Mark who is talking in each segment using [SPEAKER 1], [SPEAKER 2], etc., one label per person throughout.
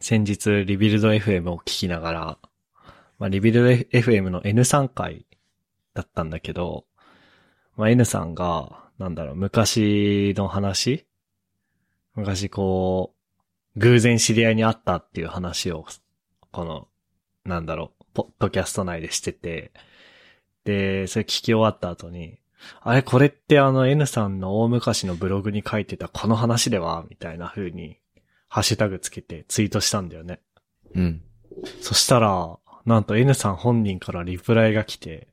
[SPEAKER 1] 先日、リビルド FM を聞きながら、まあ、リビルド FM の N3 回だったんだけど、まあ、N さんが、なんだろう、昔の話昔こう、偶然知り合いに会ったっていう話を、この、なんだろう、ポッドキャスト内でしてて、で、それ聞き終わった後に、あれ、これってあの N さんの大昔のブログに書いてたこの話ではみたいな風に、ハッシュタグつけてツイートしたんだよね。
[SPEAKER 2] うん。
[SPEAKER 1] そしたら、なんと N さん本人からリプライが来て、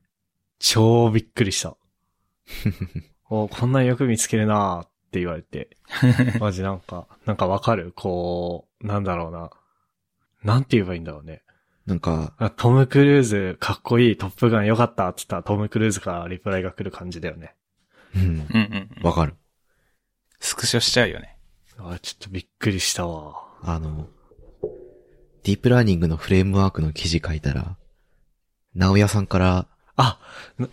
[SPEAKER 1] 超びっくり した。おこんなによく見つけるなーって言われ て。マジなんか、なんかわかるこう、なんだろうな。なんて言えばいいんだろうね。
[SPEAKER 2] なんか、
[SPEAKER 1] あトム・クルーズ、かっこいい、トップガンよかったって言ったらトム・クルーズからリプライが来る感じだよね。
[SPEAKER 2] うん。
[SPEAKER 3] うんうんうん。
[SPEAKER 2] わかる。
[SPEAKER 3] スクショしちゃうよね。
[SPEAKER 1] あ、ちょっとびっくりしたわ。
[SPEAKER 2] あの、ディープラーニングのフレームワークの記事書いたら、直屋さんから、
[SPEAKER 1] あ、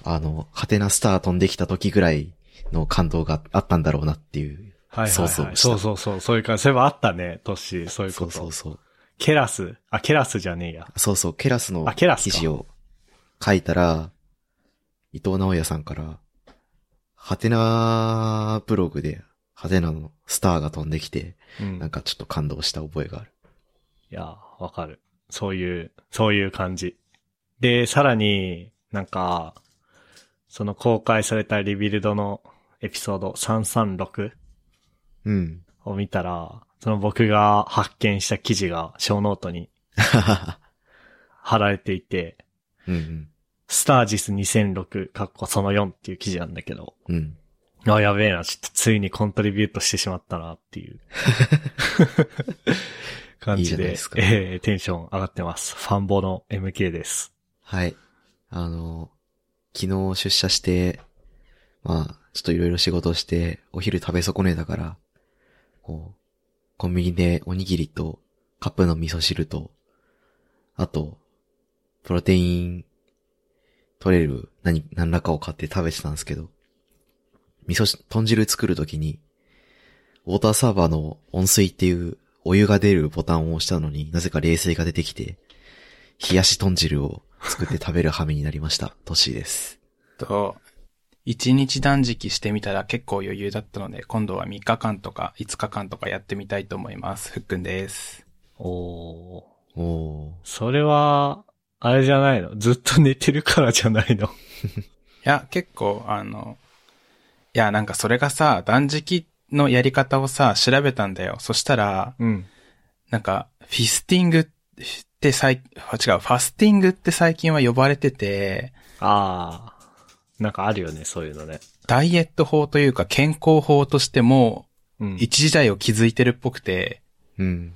[SPEAKER 2] あの、ハテナスター飛んできた時ぐらいの感動があったんだろうなっていう。
[SPEAKER 1] はいはい、はい。
[SPEAKER 2] そ
[SPEAKER 1] そうう
[SPEAKER 2] そ
[SPEAKER 1] そうう。そうそうそう。そういう感じ。そういえばあったね、トッシー。そういうこ
[SPEAKER 2] そ
[SPEAKER 1] と。
[SPEAKER 2] うそうそう。
[SPEAKER 1] ケラス。あ、ケラスじゃねえや。
[SPEAKER 2] そうそう、ケラスの
[SPEAKER 1] あケラス
[SPEAKER 2] 記
[SPEAKER 1] か
[SPEAKER 2] 事を書いたら、伊藤直也さんから、ハテナブログで、ハテナのスターが飛んできて、
[SPEAKER 1] うん。
[SPEAKER 2] なんかちょっと感動した覚えがある。
[SPEAKER 1] いや、わかる。そういう、そういう感じ。で、さらに、なんか、その公開されたリビルドのエピソード336
[SPEAKER 2] うん。
[SPEAKER 1] を見たら、その僕が発見した記事が小ノートに貼られていて、
[SPEAKER 2] うんうん。
[SPEAKER 1] スタージス2006、かっこその4っていう記事なんだけど、
[SPEAKER 2] うん。
[SPEAKER 1] あ、やべえな、ちょっとついにコントリビュートしてしまったなって いう感
[SPEAKER 2] いいじ
[SPEAKER 1] じ
[SPEAKER 2] ゃない
[SPEAKER 1] で、
[SPEAKER 2] ですか
[SPEAKER 1] えーテンション上がってます。ファンボの MK です。
[SPEAKER 2] はい。あの、昨日出社して、まあ、ちょっといろいろ仕事して、お昼食べ損ねたから、こう、コンビニでおにぎりと、カップの味噌汁と、あと、プロテイン、取れる、何、何らかを買って食べてたんですけど、味噌汁、豚汁作るときに、ウォーターサーバーの温水っていう、お湯が出るボタンを押したのになぜか冷水が出てきて、冷やし豚汁を作って食べる羽目になりました。トッシーです。
[SPEAKER 3] と、一日断食してみたら結構余裕だったので、今度は3日間とか5日間とかやってみたいと思います。ふっくんです。
[SPEAKER 1] おー。
[SPEAKER 2] おお
[SPEAKER 1] それは、あれじゃないのずっと寝てるからじゃないの
[SPEAKER 3] いや、結構、あの、いや、なんかそれがさ、断食のやり方をさ、調べたんだよ。そしたら、
[SPEAKER 1] うん。
[SPEAKER 3] なんか、フィスティングって最、あ違う、ファスティングって最近は呼ばれてて、
[SPEAKER 1] あー。なんかあるよね、そういうのね。
[SPEAKER 3] ダイエット法というか健康法としても、
[SPEAKER 1] うん。
[SPEAKER 3] 一時代を築いてるっぽくて、
[SPEAKER 2] ー。うん。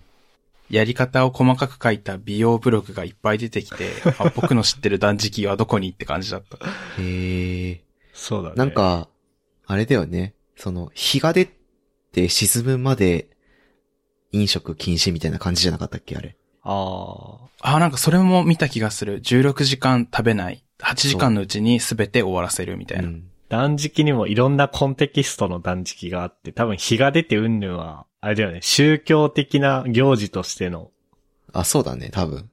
[SPEAKER 3] やり方を細かく書いた美容ブログがいっぱい出てきて、あ僕の知ってる断食はどこにって感じだった。
[SPEAKER 2] へえ。
[SPEAKER 1] そうだね。
[SPEAKER 2] なん、か、あれだよね。その、日が出て沈むまで飲食禁止みたいな感じじゃなかったっけあれ。
[SPEAKER 1] あ
[SPEAKER 3] あ、なんかそれも見た気がする。16時間食べない。8時間のうちに全て終わらせるみたいな。
[SPEAKER 2] うん
[SPEAKER 1] ー。断食にもいろんなコンテキストの断食があって、多分日が出てうんぬんは、あれだよね、宗教的な行事としての、
[SPEAKER 2] あ、そうだね。多分。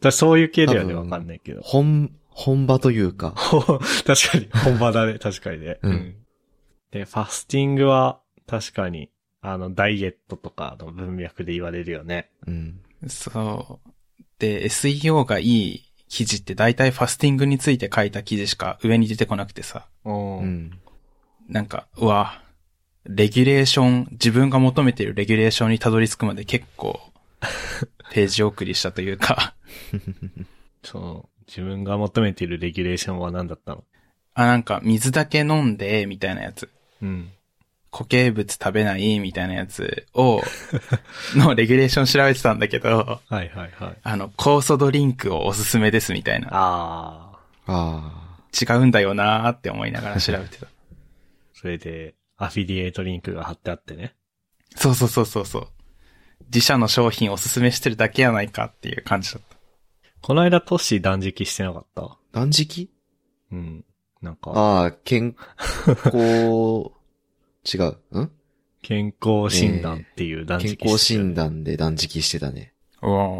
[SPEAKER 1] だそういう系だよね、
[SPEAKER 2] 多分
[SPEAKER 1] わかんないけど。
[SPEAKER 2] 本、本場というか。
[SPEAKER 1] 確かに、本場だね、確かにね。
[SPEAKER 2] うん
[SPEAKER 1] で、ファスティングは、確かに、あの、ダイエットとかの文脈で言われるよね。
[SPEAKER 2] うん。
[SPEAKER 3] そう。で、SEO がいい記事って大体ファスティングについて書いた記事しか上に出てこなくてさ。
[SPEAKER 1] う
[SPEAKER 2] う。ん。
[SPEAKER 3] なんか、うわ、レギュレーション、自分が求めているレギュレーションにたどり着くまで結構、ページ送りしたというか。
[SPEAKER 1] その、自分が求めているレギュレーションは何だったの
[SPEAKER 3] あ、なんか、水だけ飲んで、みたいなやつ。
[SPEAKER 1] うん。
[SPEAKER 3] 固形物食べない、みたいなやつを、 のレギュレーション調べてたんだけど、
[SPEAKER 1] はいはいはい。
[SPEAKER 3] あの、酵素ドリンクをおすすめです、みたいな。
[SPEAKER 1] ああ。
[SPEAKER 2] あ
[SPEAKER 3] 違うんだよなーって思いながら調べ てた。
[SPEAKER 1] それで、アフィリエイトリンクが貼ってあってね。
[SPEAKER 3] そうそうそうそうそう。自社の商品をおすすめしてるだけやないかっていう感じだった。
[SPEAKER 1] この間トッシー断食してなかった
[SPEAKER 2] ー。断食
[SPEAKER 1] うん。なんか、
[SPEAKER 2] ああ、健康、 違う。ん
[SPEAKER 1] 健康診断っていう断
[SPEAKER 2] 健
[SPEAKER 1] 食
[SPEAKER 2] 康
[SPEAKER 1] してたよね
[SPEAKER 2] 診断で断食してたね。
[SPEAKER 3] うわ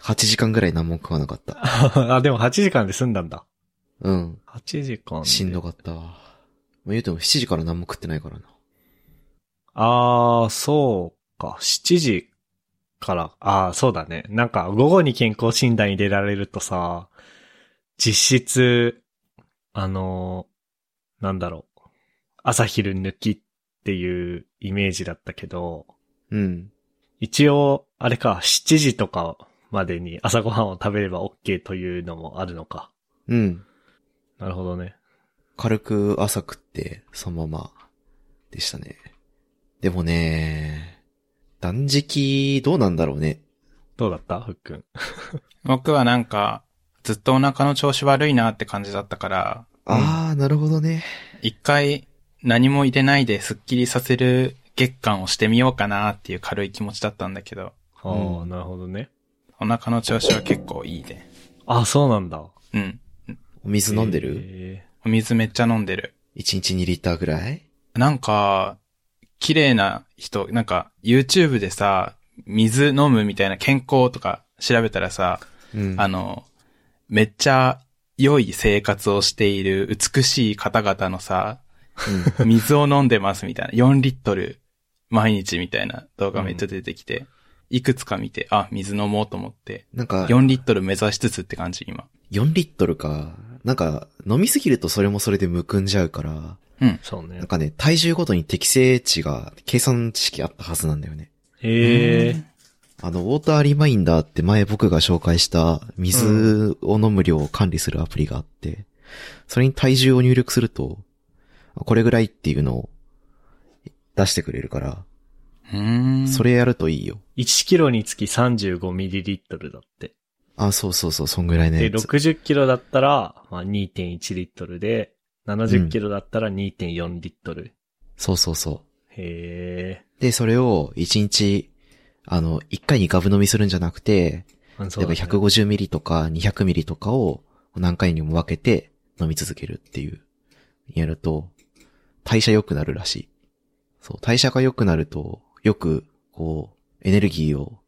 [SPEAKER 2] 8時間ぐらい何も食わなかった。
[SPEAKER 1] あ、でも8時間で済んだんだ。
[SPEAKER 2] うん。
[SPEAKER 1] 8時間で。
[SPEAKER 2] しんどかったわ。まあ、言うても7時から何も食ってないからな。
[SPEAKER 1] ああ、そうか。7時から、ああ、そうだね。なんか、午後に健康診断入れられるとさ、実質、あのーなんだろう。朝昼抜きっていうイメージだったけど、
[SPEAKER 2] うん。
[SPEAKER 1] 一応、あれか、7時とかまでに朝ごはんを食べれば OK というのもあるのか。
[SPEAKER 2] うん。
[SPEAKER 1] なるほどね。
[SPEAKER 2] 軽く朝食って、そのまま、でしたね。でもね、断食、どうなんだろうね。
[SPEAKER 1] どうだったふっくん。
[SPEAKER 3] 僕はなんか、ずっとお腹の調子悪いなって感じだったから、
[SPEAKER 2] あー、なるほどね。
[SPEAKER 3] 一回何も入れないでスッキリさせる月間をしてみようかなっていう軽い気持ちだったんだけど、
[SPEAKER 1] ああ、
[SPEAKER 2] うん
[SPEAKER 1] なるほどね。
[SPEAKER 3] お腹の調子は結構いいで。
[SPEAKER 1] ああ、そうなんだ。
[SPEAKER 3] うん。
[SPEAKER 2] お水飲んでる
[SPEAKER 1] へ
[SPEAKER 3] お水めっちゃ飲んでる。
[SPEAKER 2] ?1 日2リッターぐらい
[SPEAKER 3] なんか、綺麗な人、なんか YouTube でさ、水飲むみたいな健康とか調べたらさ、
[SPEAKER 2] うん。
[SPEAKER 3] あの、めっちゃ良い生活をしている美しい方々の さ、 水を飲んでますみたいな、4リットル毎日みたいな動画めっちゃ出てきて、いくつか見て、あ、水飲もうと思って、
[SPEAKER 2] なんか、
[SPEAKER 3] 4リットル目指しつつって感じ、今。
[SPEAKER 2] 4リットルか。なんか、飲みすぎるとそれもそれでむくんじゃうから、
[SPEAKER 1] えそうね
[SPEAKER 2] なん。かね、体重ごとに適正値が、計算式あったはずなんだよね。
[SPEAKER 1] へえ。
[SPEAKER 2] あの、ウォーターリマインダーって前僕が紹介した水を飲む量を管理するアプリがあって、それに体重を入力すると、これぐらいっていうのを出してくれるから、
[SPEAKER 3] うーん。
[SPEAKER 2] それやるといいよ。
[SPEAKER 1] 1キロにつき 35ml だって。
[SPEAKER 2] あ、そうそうそう、そんぐらいの
[SPEAKER 1] で、
[SPEAKER 2] やつ。
[SPEAKER 1] 60キロだったら、まあ、2.1リットルで、70キロだったら2.4リットル。
[SPEAKER 2] そうそうそ
[SPEAKER 1] へ
[SPEAKER 2] う。で、それを1日、あの、1回にガブ飲みするんじゃなくて、
[SPEAKER 1] ー。あそ
[SPEAKER 2] 例え
[SPEAKER 1] うだ
[SPEAKER 2] ば
[SPEAKER 1] ね
[SPEAKER 2] 150ミリとか200ミリとかを何回にも分けて飲み続けるっていう、やると、代謝良くなるらしい。そう、代謝が良くなると、よく、こう、エネルギーを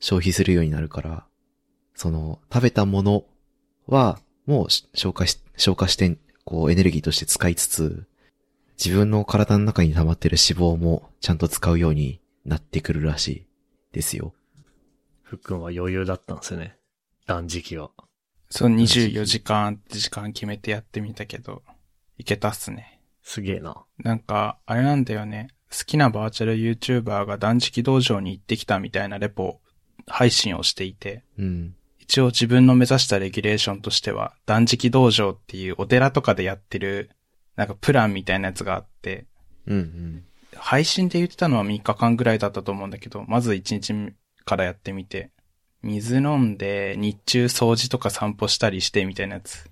[SPEAKER 2] 消費するようになるから、その、食べたものは、もうし消化し、消化して、こう、エネルギーとして使いつつ、自分の体の中に溜まってる脂肪もちゃんと使うようになってくるらしいですよ。
[SPEAKER 1] ふっくんは余裕だったんですね。断食は。
[SPEAKER 3] そう、24時間って時間決めてやってみたけど、いけたっすね。
[SPEAKER 1] すげえな。
[SPEAKER 3] なんか、あれなんだよね。好きなバーチャル YouTuber が断食道場に行ってきたみたいなレポ、配信をしていて、
[SPEAKER 2] うん。
[SPEAKER 3] 一応自分の目指したレギュレーションとしては、断食道場っていうお寺とかでやってる、なんかプランみたいなやつがあって、
[SPEAKER 2] うんうん。
[SPEAKER 3] 配信で言ってたのは3日間ぐらいだったと思うんだけど、まず1日目からやってみて、水飲んで日中掃除とか散歩したりしてみたいなやつ。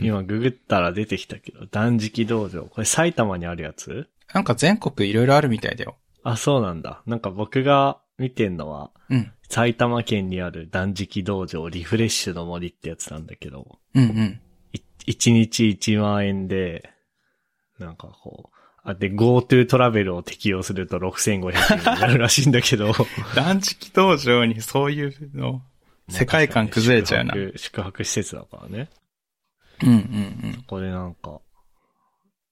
[SPEAKER 1] 今ググったら出てきたけど、断食道場。これ埼玉にあるやつ
[SPEAKER 3] なんか全国いろいろあるみたいだよ。
[SPEAKER 1] あ、そうなんだ。なんか僕が見てんのは、
[SPEAKER 3] うん。
[SPEAKER 1] 埼玉県にある断食道場リフレッシュの森ってやつなんだけど。
[SPEAKER 3] うんうん。
[SPEAKER 1] い一日一万円で、なんかこう、あ、で、GoTo トラベルを適用すると6500円になるらしいんだけ ど、
[SPEAKER 3] 断食道場にそういうの、世界観崩れちゃうな。うん
[SPEAKER 1] 宿泊。宿泊施設だからね。
[SPEAKER 3] うんうん。
[SPEAKER 1] これなんか、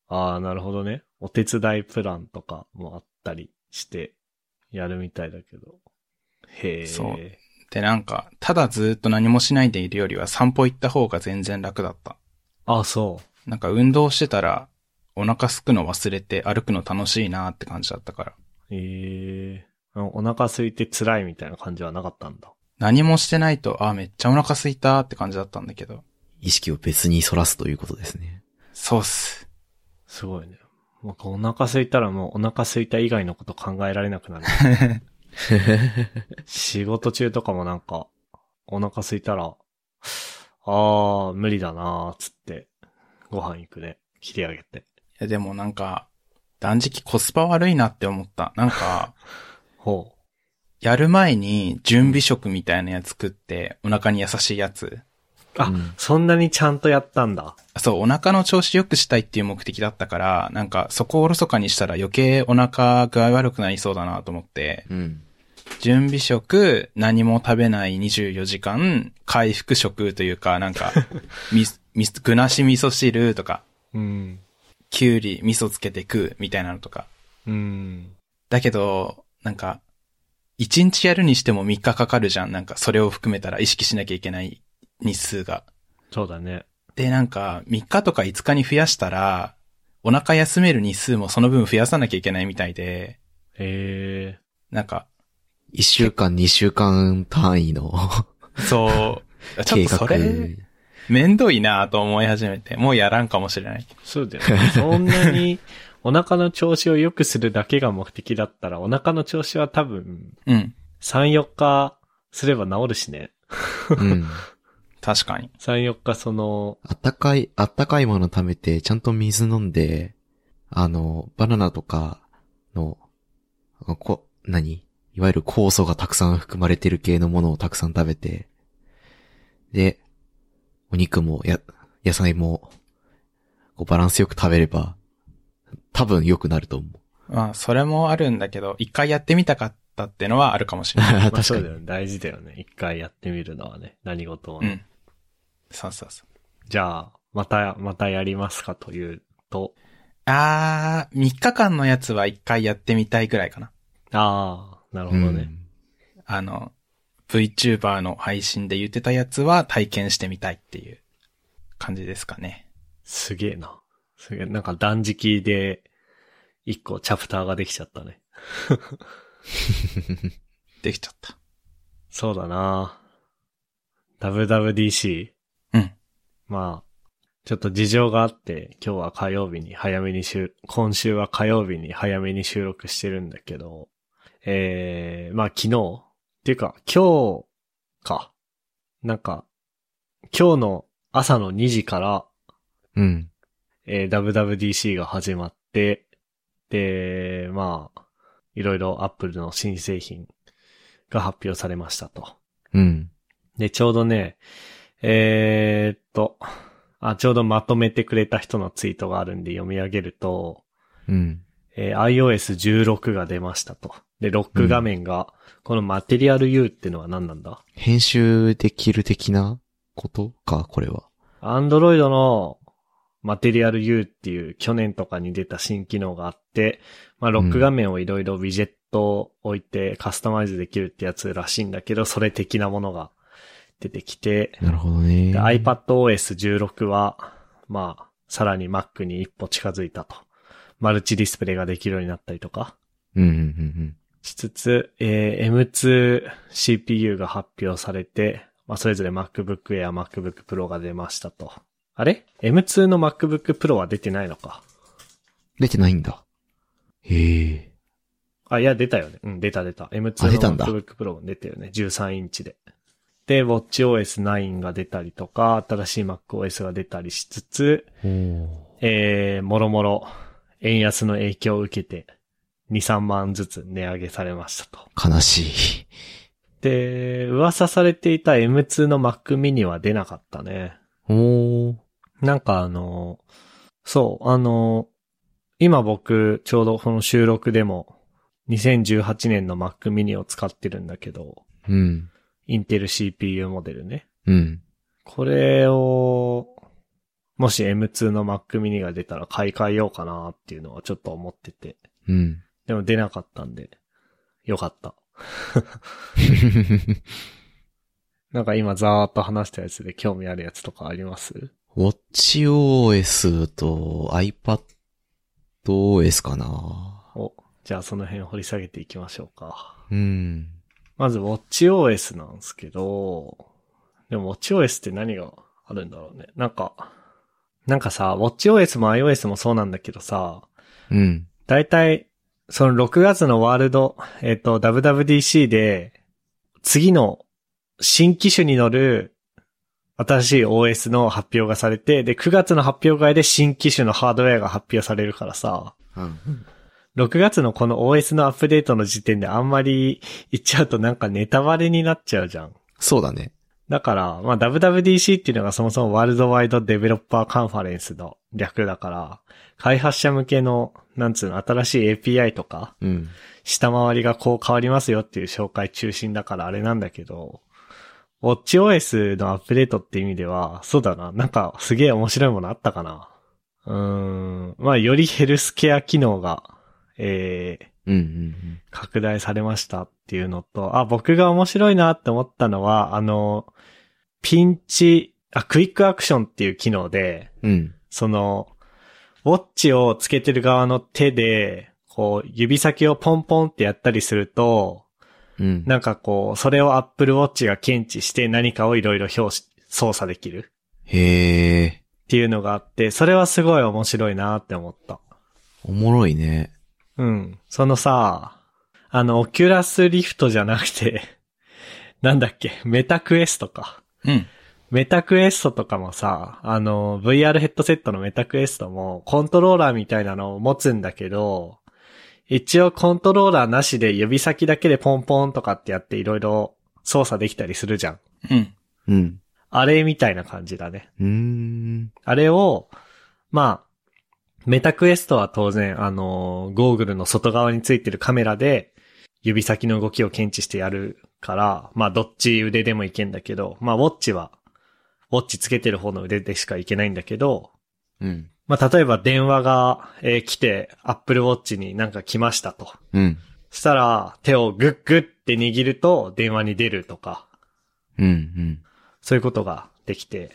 [SPEAKER 1] ああ、なるほどね。お手伝いプランとかもあったりして、やるみたいだけど。へえ。
[SPEAKER 3] そうで、なんか、ただずっと何もしないでいるよりは散歩行った方が全然楽だった。
[SPEAKER 1] あ、そ
[SPEAKER 3] なんか運動してたら、お腹すくの忘れて歩くの楽しいなって感じだったから。
[SPEAKER 1] う。へえ。お腹空いて辛いみたいな感じはなかったんだ。
[SPEAKER 3] 何もしてないと、あ、めっちゃお腹すいたって感じだったんだけど。
[SPEAKER 2] 意識を別に反らすということです ね。
[SPEAKER 3] そうっす。
[SPEAKER 1] すごいね。なんかお腹空いたらもうお腹空いた以外のこと考えられなく なる。仕事中とかもなんか、お腹空いたら、あー、無理だなー、つって、ご飯行くね。切り上げて。
[SPEAKER 3] いや、でもなんか、断食コスパ悪いなって思った。なんか、
[SPEAKER 1] ほ
[SPEAKER 3] やる前に準備食みたいなやつ食って、お腹に優しいやつ。
[SPEAKER 1] う。あ、
[SPEAKER 2] うん
[SPEAKER 1] そんなにちゃんとやったんだ。
[SPEAKER 3] そう、お腹の調子良くしたいっていう目的だったから、なんかそこをおろそかにしたら余計お腹具合悪くなりそうだなと思って、
[SPEAKER 2] うん。
[SPEAKER 3] 準備食、何も食べない24時間、回復食というか、なんか、み、み、具なし味噌汁とか、
[SPEAKER 1] うん。
[SPEAKER 3] きゅうり、味噌つけて食うみたいなのとか。
[SPEAKER 1] うん。
[SPEAKER 3] だけど、なんか、1日やるにしても3日かかるじゃん。なんか、それを含めたら意識しなきゃいけない日数が。
[SPEAKER 1] そうだね。
[SPEAKER 3] で、なんか、3日とか5日に増やしたら、お腹休める日数もその分増やさなきゃいけないみたいで、
[SPEAKER 1] え
[SPEAKER 3] なんか、
[SPEAKER 2] 一週間、二週間単位の
[SPEAKER 3] そう、 ちょ
[SPEAKER 2] 計
[SPEAKER 3] っ
[SPEAKER 2] 画。
[SPEAKER 3] とそれ、めんどいなと思い始めて、もうやらんかもしれない。
[SPEAKER 1] ー、そうだよね。そんな にお腹の調子を良くするだけが目的だったら、お腹の調子は多分、
[SPEAKER 3] うん、
[SPEAKER 1] 3、4日すれば治るしね。
[SPEAKER 2] うん。
[SPEAKER 3] 確かに。
[SPEAKER 1] 3、4日その、
[SPEAKER 2] あったかい、あったかいもの食べて、ちゃんと水飲んで、あの、バナナとかの、こ、何いわゆる酵素がたくさん含まれてる系のものをたくさん食べて、で、お肉も、や、野菜も、こうバランスよく食べれば、多分良くなると思う。
[SPEAKER 3] まあ、それもあるんだけど、一回やってみたかったってのはあるかもしれない。
[SPEAKER 2] 確
[SPEAKER 1] まあ、そ
[SPEAKER 2] か
[SPEAKER 1] う
[SPEAKER 2] に
[SPEAKER 1] だ。よね。大事だよね。一回やってみるのはね。何事も
[SPEAKER 3] う
[SPEAKER 1] ね。
[SPEAKER 3] ん。そうそうそう。
[SPEAKER 1] じゃあ、また、またやりますかというと、
[SPEAKER 3] あー、3日間のやつは1回やってみたいぐらいかな。
[SPEAKER 1] ああ、なるほ
[SPEAKER 2] う
[SPEAKER 1] どね。
[SPEAKER 2] ん。
[SPEAKER 3] あの、VTuber の配信で言ってたやつは体験してみたいっていう感じですかね。
[SPEAKER 1] すげえな。すげえ。なんか断食で、一個チャプターができちゃったね。
[SPEAKER 3] できちゃった。
[SPEAKER 1] そうだな WWDC?
[SPEAKER 3] うん。
[SPEAKER 1] まあ、ちょっと事情があって、今日は火曜日に早めに収、今週は火曜日に早めに収録してるんだけど、えー、まあ昨日っていうか今日か。なんか、今日の朝の2時から、
[SPEAKER 2] うん。
[SPEAKER 1] えー WWDC が始まって、で、まあ、いろいろ Apple の新製品が発表されましたと。
[SPEAKER 2] うん。
[SPEAKER 1] で、ちょうどね、えーっと、あ、ちょうどまとめてくれた人のツイートがあるんで読み上げると、
[SPEAKER 2] うん。
[SPEAKER 1] えー iOS16 が出ましたと。で、ロック画面が、このマテリアル U ってのは何なんだ
[SPEAKER 2] 編集できる的なことか、これは。
[SPEAKER 1] Android のマテリアル U っていう去年とかに出た新機能があって、まあ、ロック画面をいろいろウィジェットを置いてカスタマイズできるってやつらしいんだけど、それ的なものが出てきて、
[SPEAKER 2] なるほどね。
[SPEAKER 1] で iPadOS16 は、まあ、さらに Mac に一歩近づいたと。マルチディスプレイができるようになったりとか
[SPEAKER 2] うんうんうん
[SPEAKER 1] しつつ、えー M2CPU が発表されて、まあ、それぞれ MacBook Air、MacBook Pro が出ましたと。あれ ?M2 の MacBook Pro は出てないのか。
[SPEAKER 2] 出てないんだ。へえ。
[SPEAKER 1] あ、いや、出たよね。うん、出た出た。
[SPEAKER 2] あ
[SPEAKER 1] M2
[SPEAKER 2] 出たん
[SPEAKER 1] の
[SPEAKER 2] だ
[SPEAKER 1] MacBook Pro も出てるね。13インチで。で、WatchOS9 が出たりとか、新しい MacOS が出たりしつつ、
[SPEAKER 2] おお。
[SPEAKER 1] えー、もろもろ、円安の影響を受けて、2、3万ずつ値上げされましたと。
[SPEAKER 2] 悲しい。
[SPEAKER 1] で、噂されていた M2 の Mac mini は出なかったね。
[SPEAKER 2] おお。
[SPEAKER 1] なんかあの、そう、あの、今僕、ちょうどこの収録でも、2018年の Mac mini を使ってるんだけど、
[SPEAKER 2] うん。
[SPEAKER 1] インテル CPU モデルね。
[SPEAKER 2] うん。
[SPEAKER 1] これを、もし M2 の Mac mini が出たら買い替えようかなっていうのはちょっと思ってて。
[SPEAKER 2] うん。
[SPEAKER 1] でも出なかったんで、よかった。なんか今ざーっと話したやつで興味あるやつとかあります
[SPEAKER 2] WatchOS と iPadOS かな。
[SPEAKER 1] お、じゃあその辺掘り下げていきましょうか。
[SPEAKER 2] うん。
[SPEAKER 1] まず WatchOS なんですけど、でも WatchOS って何があるんだろうね。なんか、なんかさ、WatchOS も iOS もそうなんだけどさ、
[SPEAKER 2] うん。
[SPEAKER 1] だいたい、その6月のワールド、えっ、と、WWDC で、次の新機種に乗る新しい OS の発表がされて、で、9月の発表会で新機種のハードウェアが発表されるからさ、6月のこの OS のアップデートの時点であんまり言っちゃうとなんかネタバレになっちゃうじゃん。
[SPEAKER 2] そうだね。
[SPEAKER 1] だから、まあ WWDC っていうのがそもそもワールドワイドデベロッパーカンファレンスの略だから、開発者向けの、なんつうの、新しい API とか、
[SPEAKER 2] うん。
[SPEAKER 1] 下回りがこう変わりますよっていう紹介中心だからあれなんだけど、WatchOS のアップデートって意味では、そうだな、なんかすげえ面白いものあったかな。うーん、まあよりヘルスケア機能が、えー、
[SPEAKER 2] うんうんうん。
[SPEAKER 1] 拡大されましたっていうのと、あ、僕が面白いなって思ったのは、あの、ピンチ、あ、クイックアクションっていう機能で、
[SPEAKER 2] うん。
[SPEAKER 1] その、ウォッチをつけてる側の手で、こう、指先をポンポンってやったりすると、
[SPEAKER 2] うん。
[SPEAKER 1] なんかこう、それを Apple Watch が検知して何かをいろいろ表し、操作できる
[SPEAKER 2] へえ、
[SPEAKER 1] っていうのがあって、それはすごい面白いなって思った。
[SPEAKER 2] おもろいね。
[SPEAKER 1] うん。そのさ、あの、オキュラスリフトじゃなくて、なんだっけ、メタクエストか。
[SPEAKER 3] うん。
[SPEAKER 1] メタクエストとかもさ、あの、VR ヘッドセットのメタクエストも、コントローラーみたいなのを持つんだけど、一応コントローラーなしで指先だけでポンポンとかってやっていろいろ操作できたりするじゃん。
[SPEAKER 3] うん。
[SPEAKER 2] うん。
[SPEAKER 1] あれみたいな感じだね。
[SPEAKER 2] うーん。
[SPEAKER 1] あれを、まあ、メタクエストは当然、あの、ゴーグルの外側についてるカメラで、指先の動きを検知してやるから、まあ、どっち腕でもいけんだけど、まあ、ウォッチは、ウォッチつけてる方の腕でしかいけないんだけど、
[SPEAKER 2] うん。
[SPEAKER 1] まあ、例えば電話が、えー来て、Apple Watch になんか来ましたと。
[SPEAKER 2] うん。
[SPEAKER 1] したら、手をグッグッって握ると、電話に出るとか、
[SPEAKER 2] うん。うん。
[SPEAKER 1] そういうことができて。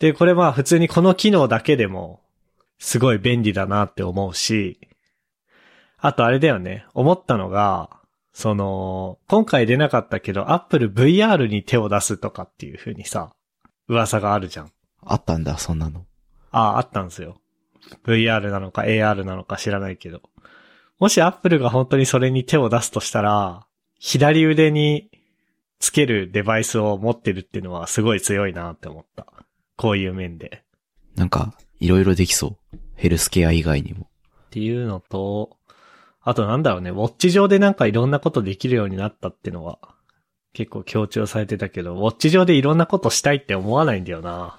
[SPEAKER 1] で、これまあ普通にこの機能だけでも、すごい便利だなって思うし、あとあれだよね、思ったのが、その、今回出なかったけど、Apple VR に手を出すとかっていう風にさ、噂があるじゃん。
[SPEAKER 2] あったんだ、そんなの。
[SPEAKER 1] ああ、あったんですよ。VR なのか AR なのか知らないけど。もし Apple が本当にそれに手を出すとしたら、左腕につけるデバイスを持ってるっていうのはすごい強いなって思った。こういう面で。
[SPEAKER 2] なんか、いろいろできそう。ヘルスケア以外にも。
[SPEAKER 1] っていうのと、あとなんだろうね、ウォッチ上でなんかいろんなことできるようになったっていうのは、結構強調されてたけど、ウォッチ上でいろんなことしたいって思わないんだよな。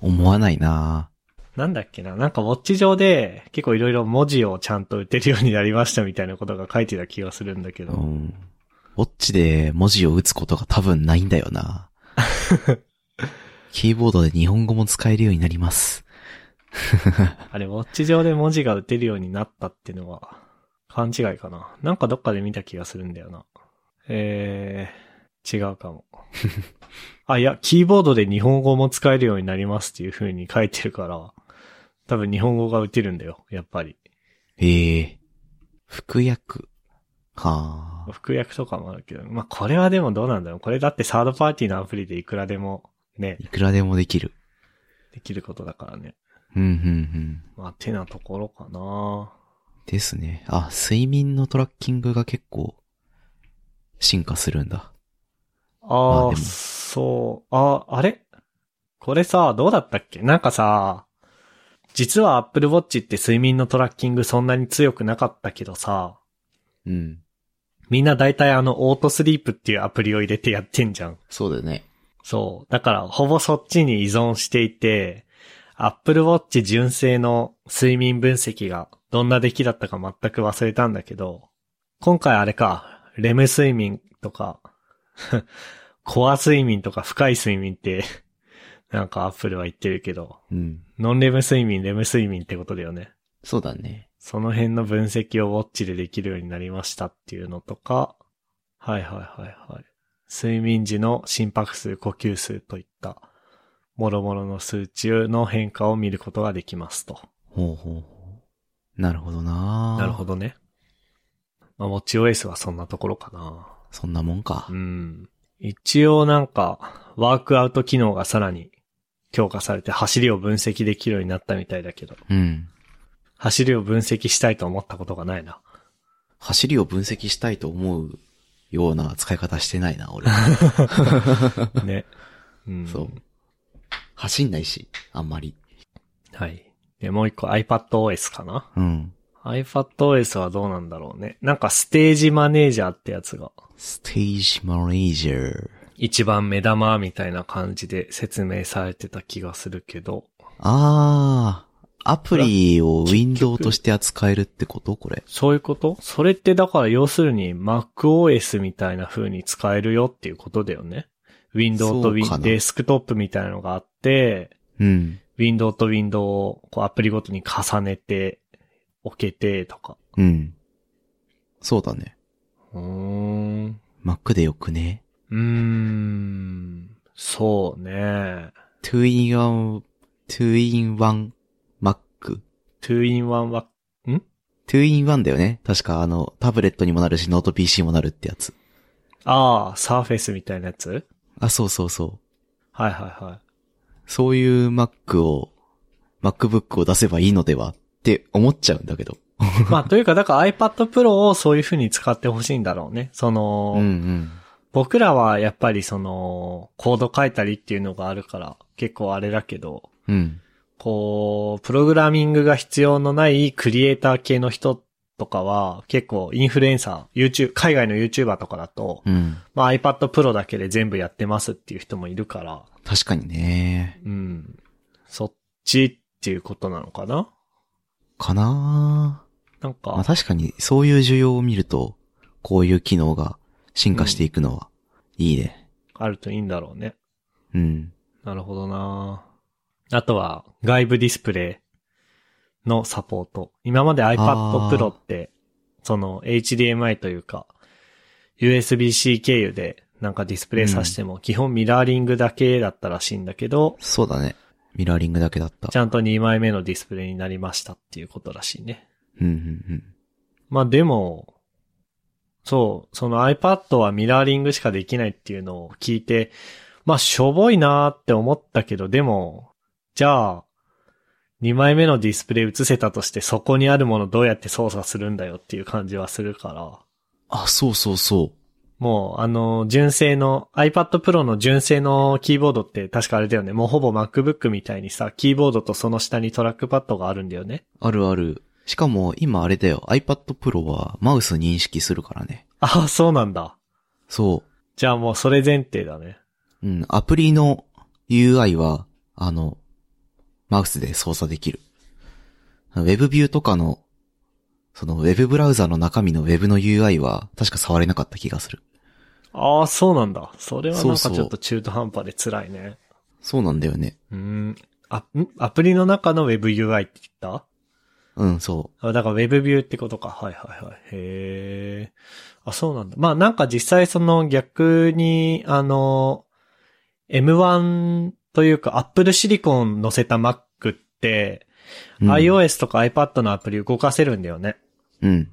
[SPEAKER 2] 思わないな
[SPEAKER 1] なんだっけな、なんかウォッチ上で結構いろいろ文字をちゃんと打てるようになりましたみたいなことが書いてた気がするんだけ
[SPEAKER 2] ぁう
[SPEAKER 1] ど。
[SPEAKER 2] ん。ウォッチで文字を打つことが多分ないんだよ なキーボードで日本語も使えるようになります。
[SPEAKER 1] あれ、ウォッチ上で文字が打てるようになったってのは勘違いかな。なんかどっかで見た気がするんだよな。えー、違う かも。あ、いや、キーボードで日本語も使えるようになりますっていう風に書いてるから、多分日本語が打てるんだよ、やっぱり。
[SPEAKER 2] ええ服薬。はぁ。
[SPEAKER 1] 服薬とかもあるけど、まあ、これはでもどうなんだろう。これだってサードパーティーのアプリでいくらでもね、
[SPEAKER 2] いくらでもできる。
[SPEAKER 1] できることだからね。
[SPEAKER 2] うん、うん、うん。
[SPEAKER 1] まあ、てなところかな
[SPEAKER 2] ですね。あ、睡眠のトラッキングが結構、進化するんだ。まあ
[SPEAKER 1] あ
[SPEAKER 2] で
[SPEAKER 1] あ、
[SPEAKER 2] も
[SPEAKER 1] そう。あ、あれこれさ、どうだったっけなんかさ、実は Apple Watch って睡眠のトラッキングそんなに強くなかったけどさ、
[SPEAKER 2] うん。
[SPEAKER 1] みんな大体あのオートスリープっていうアプリを入れてやってんじゃん。
[SPEAKER 2] そうだよね。
[SPEAKER 1] そう。だからほぼそっちに依存していて、Apple Watch 純正の睡眠分析がどんな出来だったか全く忘れたんだけど、今回あれか、レム睡眠とか、 コア睡眠とか深い睡眠って、なんか Apple は言ってるけど、
[SPEAKER 2] うん。
[SPEAKER 1] ノンレム睡眠、レム睡眠ってことだよね。
[SPEAKER 2] そうだね。
[SPEAKER 1] その辺の分析をウォッチでできるようになりましたっていうのとか、はいはいはいはい。睡眠時の心拍数、呼吸数といった、もろもろの数値の変化を見ることができますと。
[SPEAKER 2] ほうほうほう。なるほどな
[SPEAKER 1] なるほ
[SPEAKER 2] ど。
[SPEAKER 1] どね。まあ、もち OS はそんなところかな。
[SPEAKER 2] そんなもんか
[SPEAKER 1] う。ん。一応なんか、ワークアウト機能がさらに強化されて走りを分析できるようになったみたいだけど、
[SPEAKER 2] うん。
[SPEAKER 1] 走りを分析したいと思ったことがないな。
[SPEAKER 2] 走りを分析したいと思うような使い方してないな、俺。
[SPEAKER 1] ね。 うん
[SPEAKER 2] そう。走んないし、あんまり。
[SPEAKER 1] はい。で、もう一個 iPadOS かな
[SPEAKER 2] うん。
[SPEAKER 1] ?iPadOS はどうなんだろうね。なんかステージマネージャーってやつが
[SPEAKER 2] ステージマネージャー。
[SPEAKER 1] 一番目玉みたいな感じで説明されてた気がするけど、
[SPEAKER 2] あー、アプリを Windows として扱えるってことこれ。
[SPEAKER 1] そういうことそれってだから要するに MacOS みたいな風に使えるよっていうことだよね。Windows と
[SPEAKER 2] そうか
[SPEAKER 1] Win
[SPEAKER 2] な
[SPEAKER 1] デスクトップみたいなのがあって、
[SPEAKER 2] うん。
[SPEAKER 1] Windows と Windows をこうアプリごとに重ねて置けてとか。
[SPEAKER 2] うん。そうだね。
[SPEAKER 1] うーん。
[SPEAKER 2] Mac でよくね。
[SPEAKER 1] うーん。そうね。
[SPEAKER 2] 2-in-1、2-in-1 Mac。
[SPEAKER 1] 2-in-1 は、ん
[SPEAKER 2] 2-in-1 だよね。確かあの、タブレットにもなるし、ノート PC もなるってやつ。
[SPEAKER 1] ああ、Surface みたいなやつ
[SPEAKER 2] あ、そうそうそう。
[SPEAKER 1] はいはいはい。
[SPEAKER 2] そういう Mac を、MacBook を出せばいいのではって思っちゃうんだけど。
[SPEAKER 1] まあ、というか、だから iPad Pro をそういう風に使ってほしいんだろうね。その、
[SPEAKER 2] うんうん。
[SPEAKER 1] 僕らはやっぱりその、コード書いたりっていうのがあるから、結構あれだけど、
[SPEAKER 2] うん。
[SPEAKER 1] こう、プログラミングが必要のないクリエイター系の人とかは、結構インフルエンサー、YouTube、海外の YouTuber とかだと、
[SPEAKER 2] うん。
[SPEAKER 1] まあ iPad Pro だけで全部やってますっていう人もいるから、
[SPEAKER 2] 確かにね。
[SPEAKER 1] うん。そっちっていうことなのかな
[SPEAKER 2] かなー
[SPEAKER 1] なんか、
[SPEAKER 2] まあ確かに、そういう需要を見ると、こういう機能が進化していくのは、いいね。
[SPEAKER 1] あるといいんだろうね。
[SPEAKER 2] うん。
[SPEAKER 1] なるほどなあとは、外部ディスプレイのサポート。今まで iPad
[SPEAKER 2] あー
[SPEAKER 1] Pro って、その HDMI というか、USB-C 経由でなんかディスプレイさしても、基本ミラーリングだけだったらしいんだけど、
[SPEAKER 2] そうだね。ミラーリングだけだった
[SPEAKER 1] ち。ゃんと2枚目のディスプレイになりましたっていうことらしいね。
[SPEAKER 2] うんうんうん。
[SPEAKER 1] まあでも、そう、その iPad はミラーリングしかできないっていうのを聞いて、まあしょぼいなーって思ったけど、でも、じゃあ、2枚目のディスプレイ映せたとして、そこにあるものどうやって操作するんだよっていう感じはするから、
[SPEAKER 2] あ、そうそうそ
[SPEAKER 1] もう、あの、純正の、iPad Pro の純正のキーボードって確かあれだよね。もうほぼ MacBook みたいにさ、キーボードとその下にトラックパッドがあるんだよね。
[SPEAKER 2] う。あるある。しかも、今あれだよ。iPad Pro はマウス認識するからね。
[SPEAKER 1] ああ、そうなんだ。
[SPEAKER 2] そ
[SPEAKER 1] じゃあもうそれ前提だね。
[SPEAKER 2] う。うん。アプリの UI は、あの、マウスで操作できる。ウェブビューとかの、そのウェブブラウザの中身のウェブの UI は、確か触れなかった気がする。
[SPEAKER 1] ああ、そうなんだ。それはなん
[SPEAKER 2] そ
[SPEAKER 1] か
[SPEAKER 2] うそう
[SPEAKER 1] ちょっと中途半端で辛いね。
[SPEAKER 2] そうなんだよね。
[SPEAKER 1] うーん。あ、んアプリの中の WebUI って言った
[SPEAKER 2] うん、そ
[SPEAKER 1] あ、だから WebView ってことか。はいはいはい。へえ。あ、そうなんだ。まあなんか実際その逆に、あの、M1 というか Apple シリコン乗せた Mac って、
[SPEAKER 2] う。うん、
[SPEAKER 1] iOS とか iPad のアプリ動かせるんだよね。
[SPEAKER 2] うん。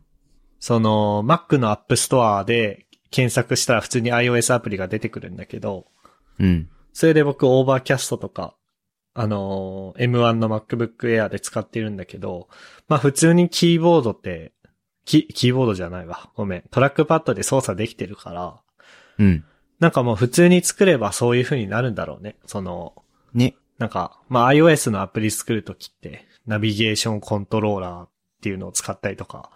[SPEAKER 1] その Mac の App Store で検索したら普通に iOS アプリが出てくるんだけど、
[SPEAKER 2] うん。
[SPEAKER 1] それで僕、オーバーキャストとか、あのー M1 の MacBook Air で使ってるんだけど、まあ普通にキーボードって、キ、キーボードじゃないわ。ごめん。トラックパッドで操作できてるから、
[SPEAKER 2] うん。
[SPEAKER 1] なんかもう普通に作ればそういう風になるんだろうね。その、
[SPEAKER 2] ね。
[SPEAKER 1] なんか、まあ iOS のアプリ作るときって、ナビゲーションコントローラーっていうのを使ったりとか、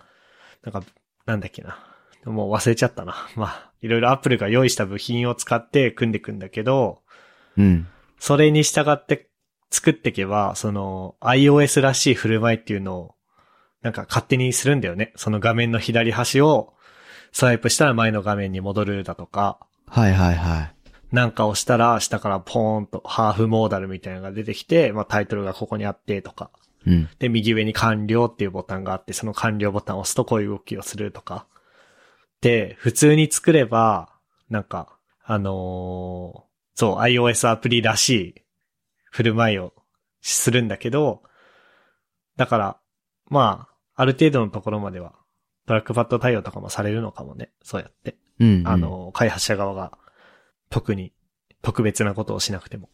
[SPEAKER 1] なんか、なんだっけな。もう忘れちゃったな。まあ、いろいろ Apple が用意した部品を使って組んでいくんだけど、
[SPEAKER 2] うん。
[SPEAKER 1] それに従って作っていけば、その iOS らしい振る舞いっていうのを、なんか勝手にするんだよね。その画面の左端をスワイプしたら前の画面に戻るだとか、
[SPEAKER 2] はいはいはい。
[SPEAKER 1] なんか押したら下からポーンとハーフモーダルみたいなのが出てきて、まあタイトルがここにあってとか。
[SPEAKER 2] うん。
[SPEAKER 1] で、右上に完了っていうボタンがあって、その完了ボタンを押すとこういう動きをするとか。で、普通に作れば、なんか、あのーそう、iOS アプリらしい振る舞いをするんだけど、だから、まあ、ある程度のところまでは、トラックパッド対応とかもされるのかもね。そうやって。
[SPEAKER 2] うん、うん。
[SPEAKER 1] あ、のー、開発者側が、特に、特別なことをしなくても。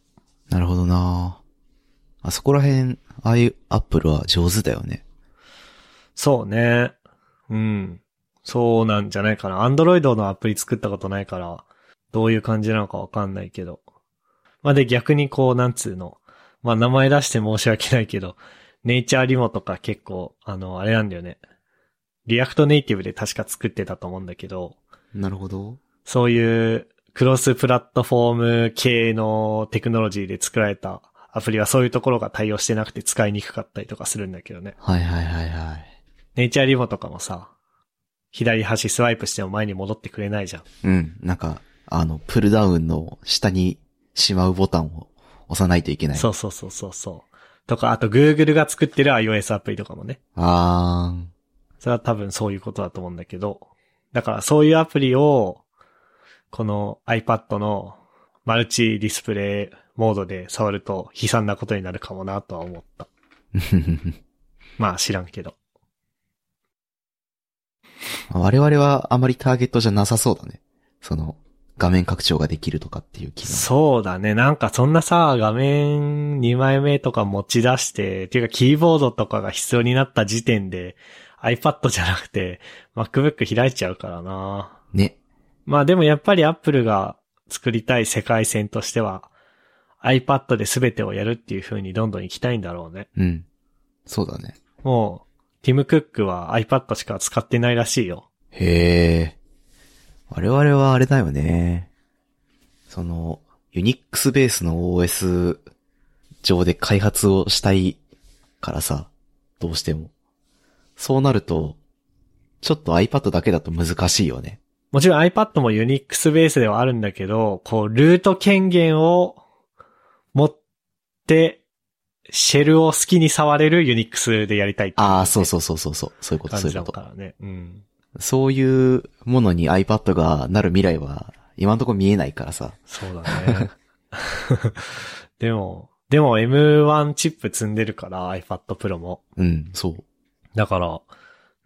[SPEAKER 2] なるほどなあそこら辺、ああいうアップルは上手だよね。
[SPEAKER 1] そうね。うん。そうなんじゃないかな。アンドロイドのアプリ作ったことないから、どういう感じなのかわかんないけど。まあ、で逆にこう、なんつうの。まあ、名前出して申し訳ないけど、ネイチャーリモとか結構、あの、あれなんだよね。リアクトネイティブで確か作ってたと思うんだけど、
[SPEAKER 2] なるほど。
[SPEAKER 1] そういうクロスプラットフォーム系のテクノロジーで作られたアプリはそういうところが対応してなくて使いにくかったりとかするんだけどね。
[SPEAKER 2] はいはいはいはい。
[SPEAKER 1] ネイチャーリボとかもさ、左端スワイプしても前に戻ってくれないじゃん。
[SPEAKER 2] うん。なんか、あの、プルダウンの下にしまうボタンを押さないといけない。
[SPEAKER 1] そうそうそうそうそう。とか、あと Google が作ってる iOS アプリとかもね。
[SPEAKER 2] あ
[SPEAKER 1] それは多分そういうことだと思うんだけど。だからそういうアプリを、この iPad のマルチディスプレイモードで触ると悲惨なことになるかもなとは思った。
[SPEAKER 2] ーん。
[SPEAKER 1] まあ知らんけど。
[SPEAKER 2] 我々はあまりターゲットじゃなさそうだね。その、画面拡張ができるとかっていう機能。
[SPEAKER 1] そうだね。なんかそんなさ、画面2枚目とか持ち出して、っていうかキーボードとかが必要になった時点で iPad じゃなくて MacBook 開いちゃうからな。
[SPEAKER 2] ね。
[SPEAKER 1] まあでもやっぱり Apple が作りたい世界線としては iPad で全てをやるっていう風にどんどん行きたいんだろうね。
[SPEAKER 2] うん。そうだね。
[SPEAKER 1] もう、ティム・クックは iPad しか使ってないらしいよ。
[SPEAKER 2] へえ。我々はあれだよね。その、ユニックスベースの OS 上で開発をしたいからさ、どうしても。そうなると、ちょっと iPad だけだと難しいよね。
[SPEAKER 1] もちろん iPad も Unix ベースではあるんだけど、こう、ルート権限を持って、シェルを好きに触れる Unix でやりたいってい
[SPEAKER 2] ああ、そうそうそうそうそう。そういうこ
[SPEAKER 1] う
[SPEAKER 2] と、
[SPEAKER 1] 感
[SPEAKER 2] そう
[SPEAKER 1] じだ
[SPEAKER 2] いうこと
[SPEAKER 1] か。らね。うん。
[SPEAKER 2] そういうものに iPad がなる未来は、今のところ見えないからさ。
[SPEAKER 1] そうだね。 でも、でも M1 チップ積んでるから、iPad Pro も。
[SPEAKER 2] うん、そう。
[SPEAKER 1] だから、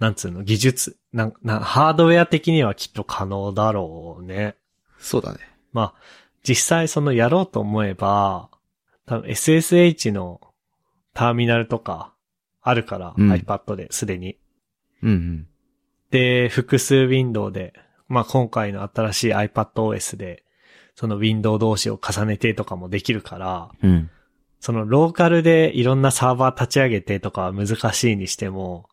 [SPEAKER 1] なんつうの、技術、なん、な、ハードウェア的にはきっと可能だろうね。
[SPEAKER 2] そうだね。
[SPEAKER 1] まあ、実際そのやろうと思えば、多分 SSH のターミナルとかあるから、
[SPEAKER 2] うん
[SPEAKER 1] iPad ですでに。
[SPEAKER 2] うんうん。
[SPEAKER 1] で、複数ウィンドウで、まあ今回の新しい iPadOS で、そのウィンドウ同士を重ねてとかもできるから、
[SPEAKER 2] うん。
[SPEAKER 1] そのローカルでいろんなサーバー立ち上げてとかは難しいにしても、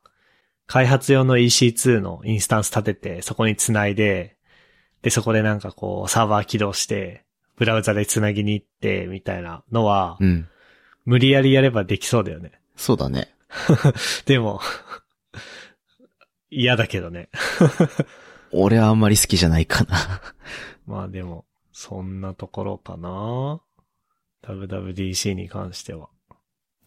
[SPEAKER 1] 開発用の EC2 のインスタンス立てて、そこにつないで、で、そこでなんかこう、サーバー起動して、ブラウザでつなぎに行って、みたいなのは、
[SPEAKER 2] うん。
[SPEAKER 1] 無理やりやればできそうだよね。
[SPEAKER 2] そうだね。
[SPEAKER 1] でも、 嫌だけどね。
[SPEAKER 2] 俺はあんまり好きじゃないかな。
[SPEAKER 1] まあでも、そんなところかな。WWDC に関しては。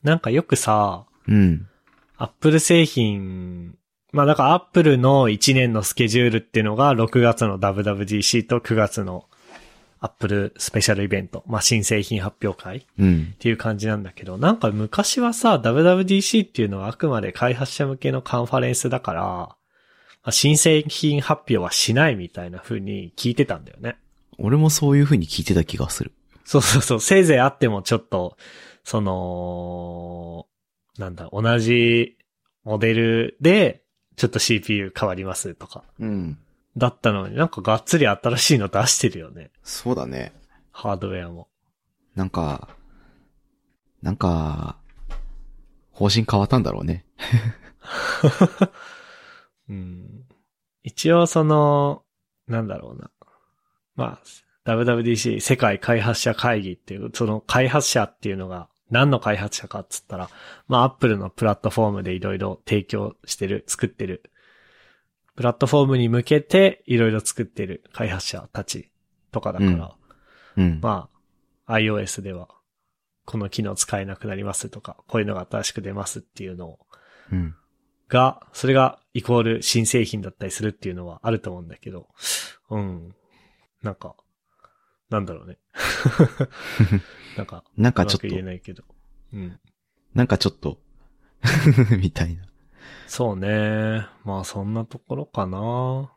[SPEAKER 1] なんかよくさ、
[SPEAKER 2] うん。
[SPEAKER 1] アップル製品、まあだからアップルの1年のスケジュールっていうのが6月の WWDC と9月のアップルスペシャルイベント、まあ新製品発表会っ
[SPEAKER 2] うん。
[SPEAKER 1] ていう感じなんだけど、なんか昔はさ、WWDC っていうのはあくまで開発者向けのカンファレンスだから、まあ新製品発表はしないみたいな風に聞いてたんだよね。
[SPEAKER 2] 俺もそういう風に聞いてた気がする。
[SPEAKER 1] そうそうそう。せいぜいあってもちょっと、その、なんだ、同じモデルで、ちょっと CPU 変わりますとか。
[SPEAKER 2] うん。
[SPEAKER 1] だったのになんかがっつり新しいの出してるよね。
[SPEAKER 2] そうだね。
[SPEAKER 1] ハードウェアも。
[SPEAKER 2] なんか、なんか、方針変わったんだろうね。
[SPEAKER 1] うん。一応その、なんだろうな。まあ、WWDC 世界開発者会議っていう、その開発者っていうのが何の開発者かっつったら、まあ Apple のプラットフォームでいろいろ提供してる、作ってる。プラットフォームに向けていろいろ作ってる開発者たちとかだから、
[SPEAKER 2] うんうん。
[SPEAKER 1] まあ iOS ではこの機能使えなくなりますとか、こういうのが新しく出ますっていうのを
[SPEAKER 2] うん。
[SPEAKER 1] が、それがイコール新製品だったりするっていうのはあると思うんだけど、うん。なんか、なんだろ うね。なんか、
[SPEAKER 2] な
[SPEAKER 1] うま
[SPEAKER 2] んかちょっ
[SPEAKER 1] く
[SPEAKER 2] と、
[SPEAKER 1] 言えないけど。うん。
[SPEAKER 2] なんかちょっと、 みたいな。
[SPEAKER 1] そうね。まあそんなところかな。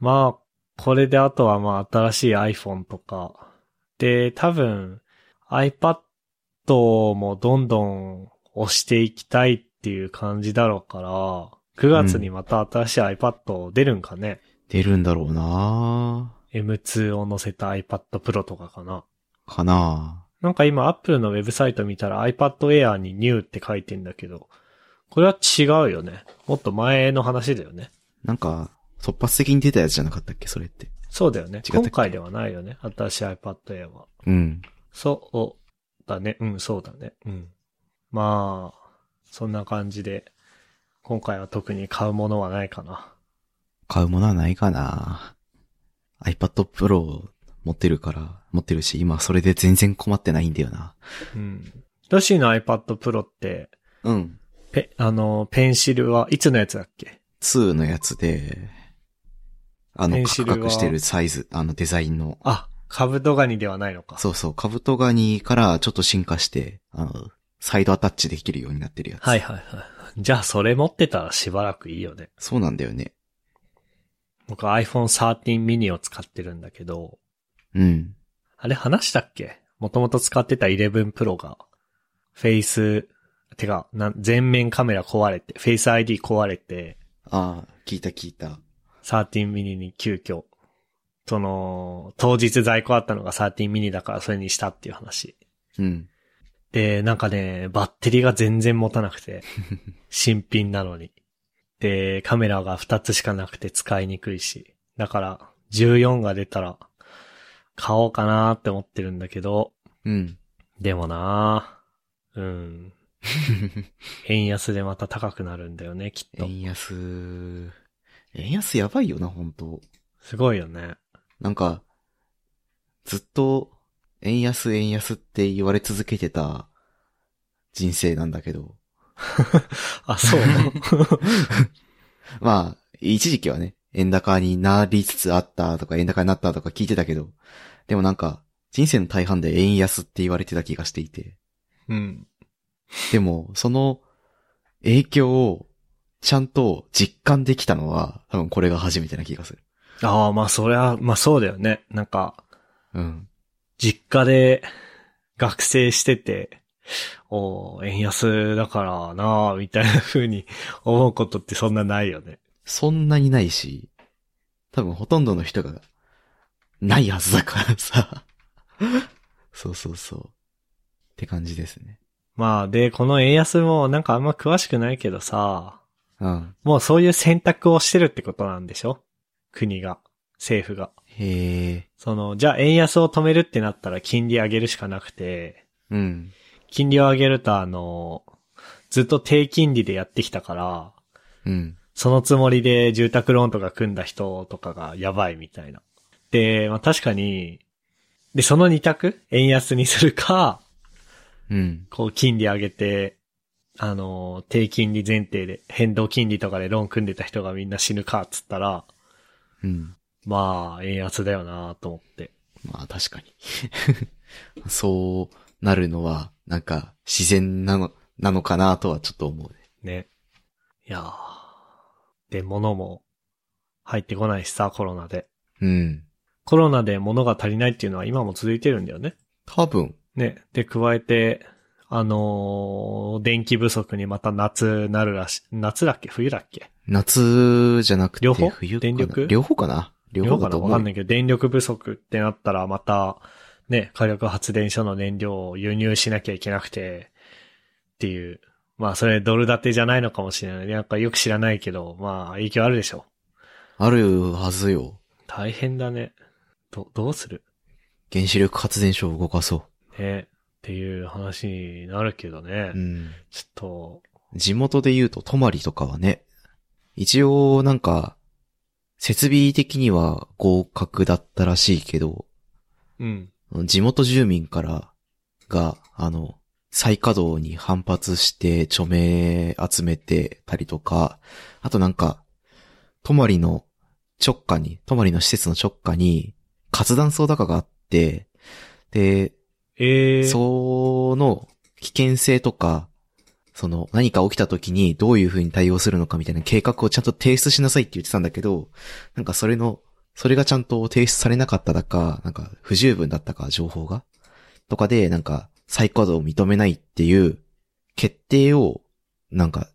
[SPEAKER 1] まあ、これであとはまあ新しい iPhone とか。で、多分 iPad もどんどん押していきたいっていう感じだろうから、9月にまた新しい iPad 出るんかね。
[SPEAKER 2] 出るんだろうな
[SPEAKER 1] M2 を載せた iPad Pro とかかな。
[SPEAKER 2] かな
[SPEAKER 1] なんか今 Apple のウェブサイト見たら iPad Air に New って書いてんだけど、これは違うよね。もっと前の話だよね。
[SPEAKER 2] なんか、突発的に出たやつじゃなかったっけそれって。
[SPEAKER 1] そうだよね。
[SPEAKER 2] 違ったっけ
[SPEAKER 1] 今回ではないよね。新しい iPad Air は。
[SPEAKER 2] うん。
[SPEAKER 1] そうだね。うん、そうだね。うん。まあ、そんな感じで、今回は特に買うものはないかな。
[SPEAKER 2] 買うものはないかな iPad Pro を持ってるから、持ってるし、今それで全然困ってないんだよな。
[SPEAKER 1] うん。ヨシーの iPad Pro って、
[SPEAKER 2] うん。
[SPEAKER 1] ペ、あの、ペンシルはいつのやつだっけ
[SPEAKER 2] 2のやつで、あ
[SPEAKER 1] ペ
[SPEAKER 2] の、
[SPEAKER 1] ン
[SPEAKER 2] カ
[SPEAKER 1] シ
[SPEAKER 2] ク
[SPEAKER 1] ルは
[SPEAKER 2] カクしてるサイズ、あのデザインの。
[SPEAKER 1] あ、カブトガニではないのか。
[SPEAKER 2] そうそう、カブトガニからちょっと進化して、あの、サイドアタッチできるようになってるやつ。
[SPEAKER 1] はいはいはい。じゃあ、それ持ってたらしばらくいいよね。
[SPEAKER 2] そうなんだよね。
[SPEAKER 1] 僕 iPhone 13 mini を使ってるんだけど、
[SPEAKER 2] うん。
[SPEAKER 1] あれ話したっけもともと使ってた11 Pro が、フェイス、てか、なん全面カメラ壊れて、フェイス ID 壊れて、
[SPEAKER 2] ああ、聞いた聞いた。
[SPEAKER 1] 13 mini に急遽、その、当日在庫あったのが13 mini だからそれにしたっていう話。
[SPEAKER 2] うん。
[SPEAKER 1] で、なんかね、バッテリーが全然持たなくて、新品なのに。で、カメラが2つしかなくて使いにくいし。だから、14が出たら、買おうかなーって思ってるんだけど、
[SPEAKER 2] うん。
[SPEAKER 1] でもなーうん。円安でまた高くなるんだよね、きっと。
[SPEAKER 2] 円安、円安やばいよな、本当
[SPEAKER 1] すごいよね。
[SPEAKER 2] なんか、ずっと、円安円安って言われ続けてた人生なんだけど、
[SPEAKER 1] あ、そう。
[SPEAKER 2] まあ、一時期はね、円高になりつつあったとか、円高になったとか聞いてたけど、でもなんか、人生の大半で円安って言われてた気がしていて、
[SPEAKER 1] うん。
[SPEAKER 2] でも、その影響をちゃんと実感できたのは、多分これが初めてな気がする。
[SPEAKER 1] ああ、まあそりゃ、まあそうだよね。なんか、
[SPEAKER 2] うん。
[SPEAKER 1] 実家で学生してて、おー円安だからなあみたいな風に 思うことってそんなないよね。
[SPEAKER 2] そんなにないし、多分ほとんどの人が、ないはずだからさ。 そうそうそう。って感じですね。
[SPEAKER 1] まあ、で、この円安もなんかあんま詳しくないけどさ、
[SPEAKER 2] うん。
[SPEAKER 1] もうそういう選択をしてるってことなんでしょ国が、政府が。
[SPEAKER 2] へえ。
[SPEAKER 1] その、じゃあ円安を止めるってなったら金利上げるしかなくて、
[SPEAKER 2] うん。
[SPEAKER 1] 金利を上げるとあの、ずっと低金利でやってきたから、
[SPEAKER 2] うん。
[SPEAKER 1] そのつもりで住宅ローンとか組んだ人とかがやばいみたいな。で、まあ確かに、で、その二択円安にするか、
[SPEAKER 2] うん。
[SPEAKER 1] こう金利上げて、あの、低金利前提で変動金利とかでローン組んでた人がみんな死ぬかっつったら、
[SPEAKER 2] うん。
[SPEAKER 1] まあ、円安だよなと思って。
[SPEAKER 2] まあ確かに。 そうなるのは、なんか、自然なの、なのかなとはちょっと思うね。
[SPEAKER 1] ね。いやーで、物も入ってこないしさ、コロナで。
[SPEAKER 2] うん。
[SPEAKER 1] コロナで物が足りないっていうのは今も続いてるんだよね。
[SPEAKER 2] 多分。
[SPEAKER 1] ね。で、加えて、あのー電気不足にまた夏なるらし、夏だっけ冬だっけ
[SPEAKER 2] 夏じゃなくて、
[SPEAKER 1] 両方
[SPEAKER 2] 冬かな
[SPEAKER 1] 電力
[SPEAKER 2] 両方かな両
[SPEAKER 1] 量
[SPEAKER 2] 方
[SPEAKER 1] か
[SPEAKER 2] だ
[SPEAKER 1] な
[SPEAKER 2] と思
[SPEAKER 1] わ
[SPEAKER 2] う。
[SPEAKER 1] かんないけど、電力不足ってなったらまた、ね、火力発電所の燃料を輸入しなきゃいけなくて、っていう。まあ、それドル建てじゃないのかもしれない。なんかよく知らないけど、まあ、影響あるでしょ。
[SPEAKER 2] あるはずよ。
[SPEAKER 1] 大変だね。ど、どうする
[SPEAKER 2] 原子力発電所を動かそ
[SPEAKER 1] ね。っていう話になるけどね。
[SPEAKER 2] う。うん。
[SPEAKER 1] ちょっと、
[SPEAKER 2] 地元で言うと、泊まりとかはね、一応なんか、設備的には合格だったらしいけど、
[SPEAKER 1] うん。
[SPEAKER 2] 地元住民からが、あの、再稼働に反発して著名集めてたりとか、あとなんか、泊まりの直下に、泊まりの施設の直下に活断層高があって、で、
[SPEAKER 1] ええー。
[SPEAKER 2] その危険性とか、その何か起きた時にどういう風に対応するのかみたいな計画をちゃんと提出しなさいって言ってたんだけど、なんかそれの、それがちゃんと提出されなかっただか、なんか不十分だったか、情報が。とかで、なんか再稼働を認めないっていう決定を、なんか、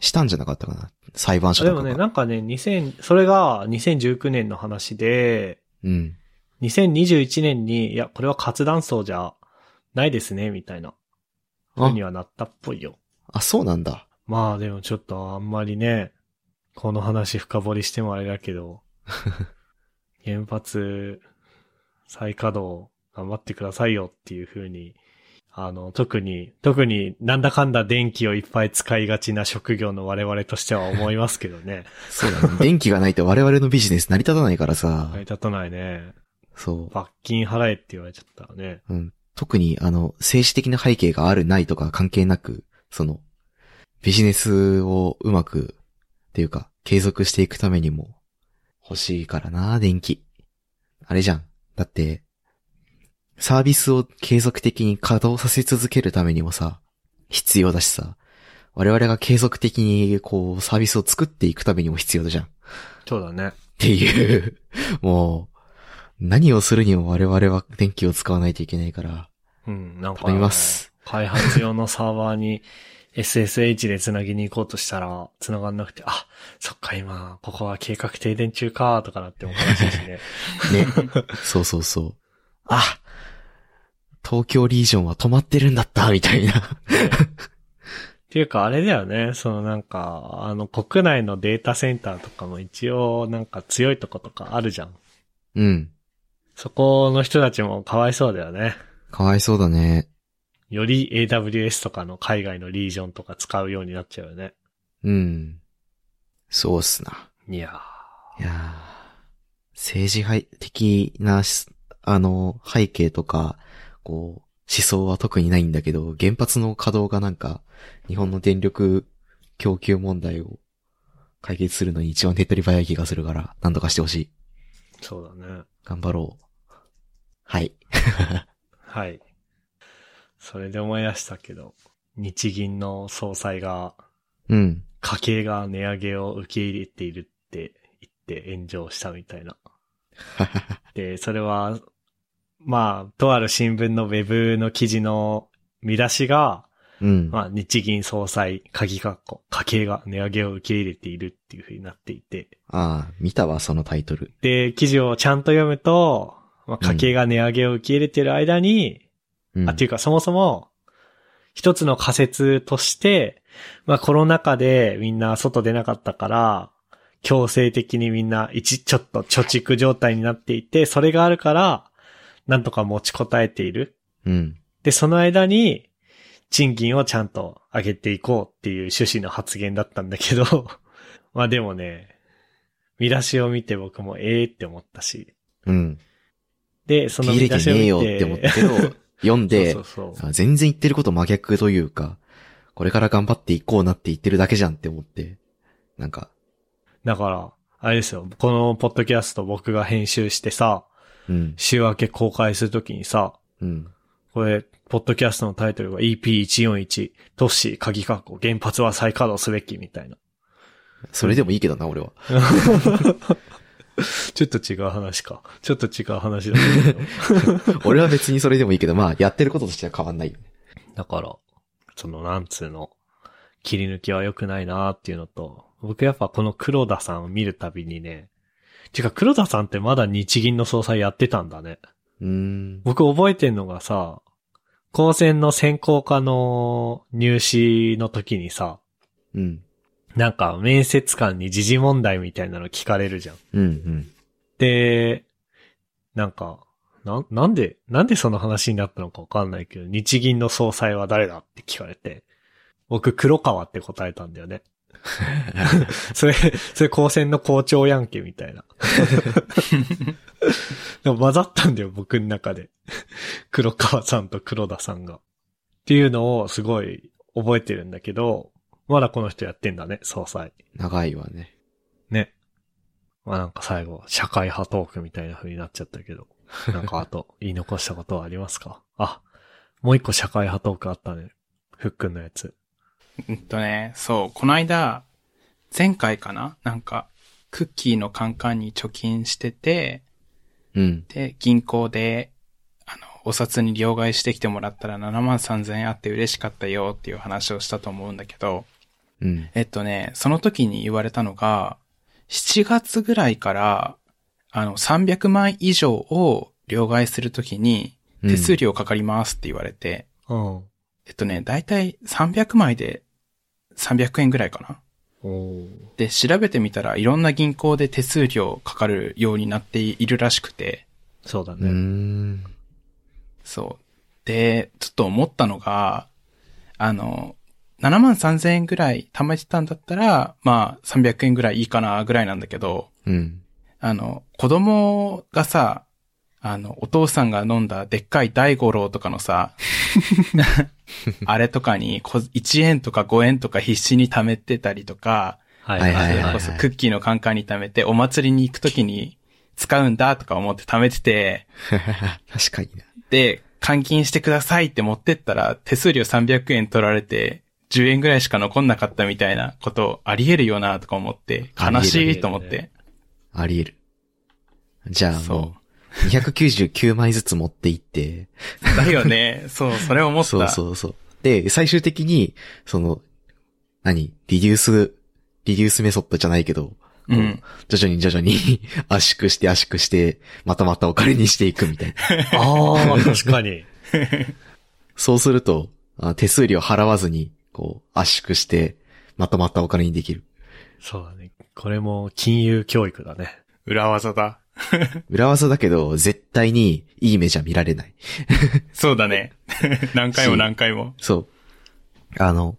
[SPEAKER 2] したんじゃなかったかな。裁判所
[SPEAKER 1] で
[SPEAKER 2] とか
[SPEAKER 1] も
[SPEAKER 2] が。
[SPEAKER 1] ね、なんかね、2000、それが2019年の話で、
[SPEAKER 2] うん。
[SPEAKER 1] 2021年に、いや、これは活断層じゃないですね、みたいな、ふう
[SPEAKER 2] あ
[SPEAKER 1] に、はなったっぽいよ。
[SPEAKER 2] あ、そうなんだ。
[SPEAKER 1] まあでもちょっ とあんまりね、この話深掘りしてもあれだけど、原発再稼働頑張ってくださいよっていう風に、あの、特に、特になんだかんだ電気をいっぱい使いがちな職業の我々としては思いますけどね。
[SPEAKER 2] そうだね。 電気がないと我々のビジネス成り立たないからさ
[SPEAKER 1] 成。り立たないね。
[SPEAKER 2] そ
[SPEAKER 1] 罰金払えって言われちゃったらね。
[SPEAKER 2] う。うん。特に、あの、政治的な背景があるないとか関係なく、その、ビジネスをうまく、っていうか、継続していくためにも、欲しいからな、電気。あれじゃん。だって、サービスを継続的に稼働させ続けるためにもさ、必要だしさ、我々が継続的にこうサービスを作っていくためにも必要だじゃん。
[SPEAKER 1] そうだね。
[SPEAKER 2] っていう、もう、何をするにも我々は電気を使わないといけないから、
[SPEAKER 1] うん、なんか
[SPEAKER 2] 頼みま。す。
[SPEAKER 1] 開発用のサーバーに SSH で繋ぎに行こうとしたら、繋がんなくて、あ、そっか今、ここは計画停電中か、とかなってお話しいしね。
[SPEAKER 2] ね。そうそうそう。 あ東京リージョンは止まってるんだった、みたいな。
[SPEAKER 1] っていうか、あれだよね。そのなんか、あの、国内のデータセンターとかも一応、なんか強いとことかあるじゃん。
[SPEAKER 2] うん。
[SPEAKER 1] そこの人たちもかわいそうだよね。
[SPEAKER 2] かわいそうだね。
[SPEAKER 1] より AWS とかの海外のリージョンとか使うようになっちゃうよね。
[SPEAKER 2] うん。そうっすな。
[SPEAKER 1] いや
[SPEAKER 2] いやー政治背的なし、あの、背景とか、こう、思想は特にないんだけど、原発の稼働がなんか、日本の電力供給問題を解決するのに一番手っ取り早い気がするから、なんとかしてほしい。
[SPEAKER 1] ー、そうだね。
[SPEAKER 2] 頑張ろう。はい。
[SPEAKER 1] はい。それで思い出したけど、日銀の総裁が、
[SPEAKER 2] うん。
[SPEAKER 1] 家計が値上げを受け入れているって言って炎上したみたいな。で、それは、まあ、とある新聞のウェブの記事の見出しが、
[SPEAKER 2] うん。
[SPEAKER 1] まあ、日銀総裁、鍵括弧、家計が値上げを受け入れているっていう風になっていて、
[SPEAKER 2] ああ、見たわ、そのタイトル。
[SPEAKER 1] で、記事をちゃんと読むと、まあ、家計が値上げを受け入れてる間に、
[SPEAKER 2] うん。
[SPEAKER 1] あ、っていうかそもそも、一つの仮説として、まあコロナ禍でみんな外出なかったから、強制的にみんな一、ちょっと貯蓄状態になっていて、それがあるから、なんとか持ちこたえている。
[SPEAKER 2] うん。
[SPEAKER 1] で、その間に、賃金をちゃんと上げていこうっていう趣旨の発言だったんだけど、 まあでもね、見出しを見て僕もええって思ったし、
[SPEAKER 2] うん。
[SPEAKER 1] で、その
[SPEAKER 2] 切
[SPEAKER 1] 見
[SPEAKER 2] れ
[SPEAKER 1] 出
[SPEAKER 2] て
[SPEAKER 1] しを
[SPEAKER 2] ね
[SPEAKER 1] 見
[SPEAKER 2] え
[SPEAKER 1] て、
[SPEAKER 2] よって思ったけど、読ん で、
[SPEAKER 1] そうそうそう
[SPEAKER 2] あ全然言ってること真逆というか、これから頑張っていこうなって言ってるだけじゃんって思って。なんか、
[SPEAKER 1] だから、あれですよ、このポッドキャスト僕が編集してさ、
[SPEAKER 2] うん、
[SPEAKER 1] 週明け公開するときにさ、
[SPEAKER 2] うん、
[SPEAKER 1] これ、ポッドキャストのタイトルが EP141、トッシー、鍵括弧、原発は再稼働すべきみたいな。
[SPEAKER 2] それでもいいけどな、俺は。
[SPEAKER 1] ちょっと違う話か。ちょっと違う話だけど。
[SPEAKER 2] 俺は別にそれでもいいけど、まあ、やってることとしては変わんないよね。
[SPEAKER 1] だから、その、なんつうの、切り抜きは良くないなーっていうのと、僕やっぱこの黒田さんを見るたびにね、てか黒田さんってまだ日銀の総裁やってたんだね。
[SPEAKER 2] うーん。
[SPEAKER 1] 僕覚えてんのがさ、高専の専攻科の入試の時にさ、
[SPEAKER 2] うん。
[SPEAKER 1] なんか面接官に時事問題みたいなの聞かれるじゃん。
[SPEAKER 2] うん、うん。
[SPEAKER 1] で、なんか、な、なんで、なんでその話になったのかわかんないけど、日銀の総裁は誰だって聞かれて、僕黒川って答えたんだよね。それ、それ高専の校長やんけみたいな。でも混ざったんだよ、僕の中で。黒川さんと黒田さんが。っていうのをすごい覚えてるんだけど、まだこの人やってんだね、総裁。
[SPEAKER 2] 長いわね。
[SPEAKER 1] ね。まあなんか最後、社会派トークみたいな風になっちゃったけど。なんかあと、言い残したことはありますかあ、もう一個社会派トークあったね。ふっくんのやつ。
[SPEAKER 3] うんとね、そう、この間、前回かななんか、クッキーのカンカンに貯金してて、
[SPEAKER 2] うん。
[SPEAKER 3] で、銀行で、あの、お札に両替してきてもらったら7万3000円あって嬉しかったよっていう話をしたと思うんだけど、
[SPEAKER 2] うん。
[SPEAKER 3] えっとね、その時に言われたのが、7月ぐらいから、あの、300万以上を両替するときに、
[SPEAKER 2] うん
[SPEAKER 3] 手数料かかりますって言われて、
[SPEAKER 1] うん。
[SPEAKER 3] えっとね、だいたい300枚で300円ぐらいかな
[SPEAKER 1] おお。
[SPEAKER 3] で、調べてみたらいろんな銀行で手数料かかるようになっているらしくて、
[SPEAKER 1] そうだ
[SPEAKER 2] うー
[SPEAKER 1] ね。
[SPEAKER 2] ん。
[SPEAKER 3] そう。で、ちょっと思ったのが、あの、7万3000円ぐらい貯めてたんだったら、まあ300円ぐらいいいかなぐらいなんだけど、
[SPEAKER 2] うん。
[SPEAKER 3] あの、子供がさ、あの、お父さんが飲んだでっかい大五郎とか のさ、あれとかにこ1円とか5円とか必死に貯めてたりとか、
[SPEAKER 1] はい
[SPEAKER 2] はいはいはい
[SPEAKER 3] それこそクッキーのカンカンに貯めてお祭りに行くときに使うんだとか思って貯めてて、
[SPEAKER 2] 確かにな。
[SPEAKER 3] で、換金してくださいって持ってったら手数料300円取られて、10円ぐらいしか残んなかったみたいなことあり得るよなとか思って、悲しいと思っ
[SPEAKER 1] あり得る
[SPEAKER 3] て。
[SPEAKER 2] あり得る。じゃあ
[SPEAKER 3] そう
[SPEAKER 2] もう、299枚ずつ持っていって、
[SPEAKER 3] だよね。そう、それ思った。
[SPEAKER 2] そうそうそう。で、最終的に、その、何リデュース、リデュースメソッドじゃないけど、
[SPEAKER 3] うん。
[SPEAKER 2] 徐々に徐々に 圧縮して圧縮して、またまたお金にしていくみたいな。
[SPEAKER 1] ああ、確かに。
[SPEAKER 2] そうすると、あ手数料払わずに、こう、圧縮して、またまたお金にできる。
[SPEAKER 1] そうだね。これも金融教育だね。
[SPEAKER 3] 裏技だ。
[SPEAKER 2] 裏技だけど、絶対にいい目じゃ見られない。
[SPEAKER 3] そう だね。何回も
[SPEAKER 2] し
[SPEAKER 3] 何回も。
[SPEAKER 2] そう。あの、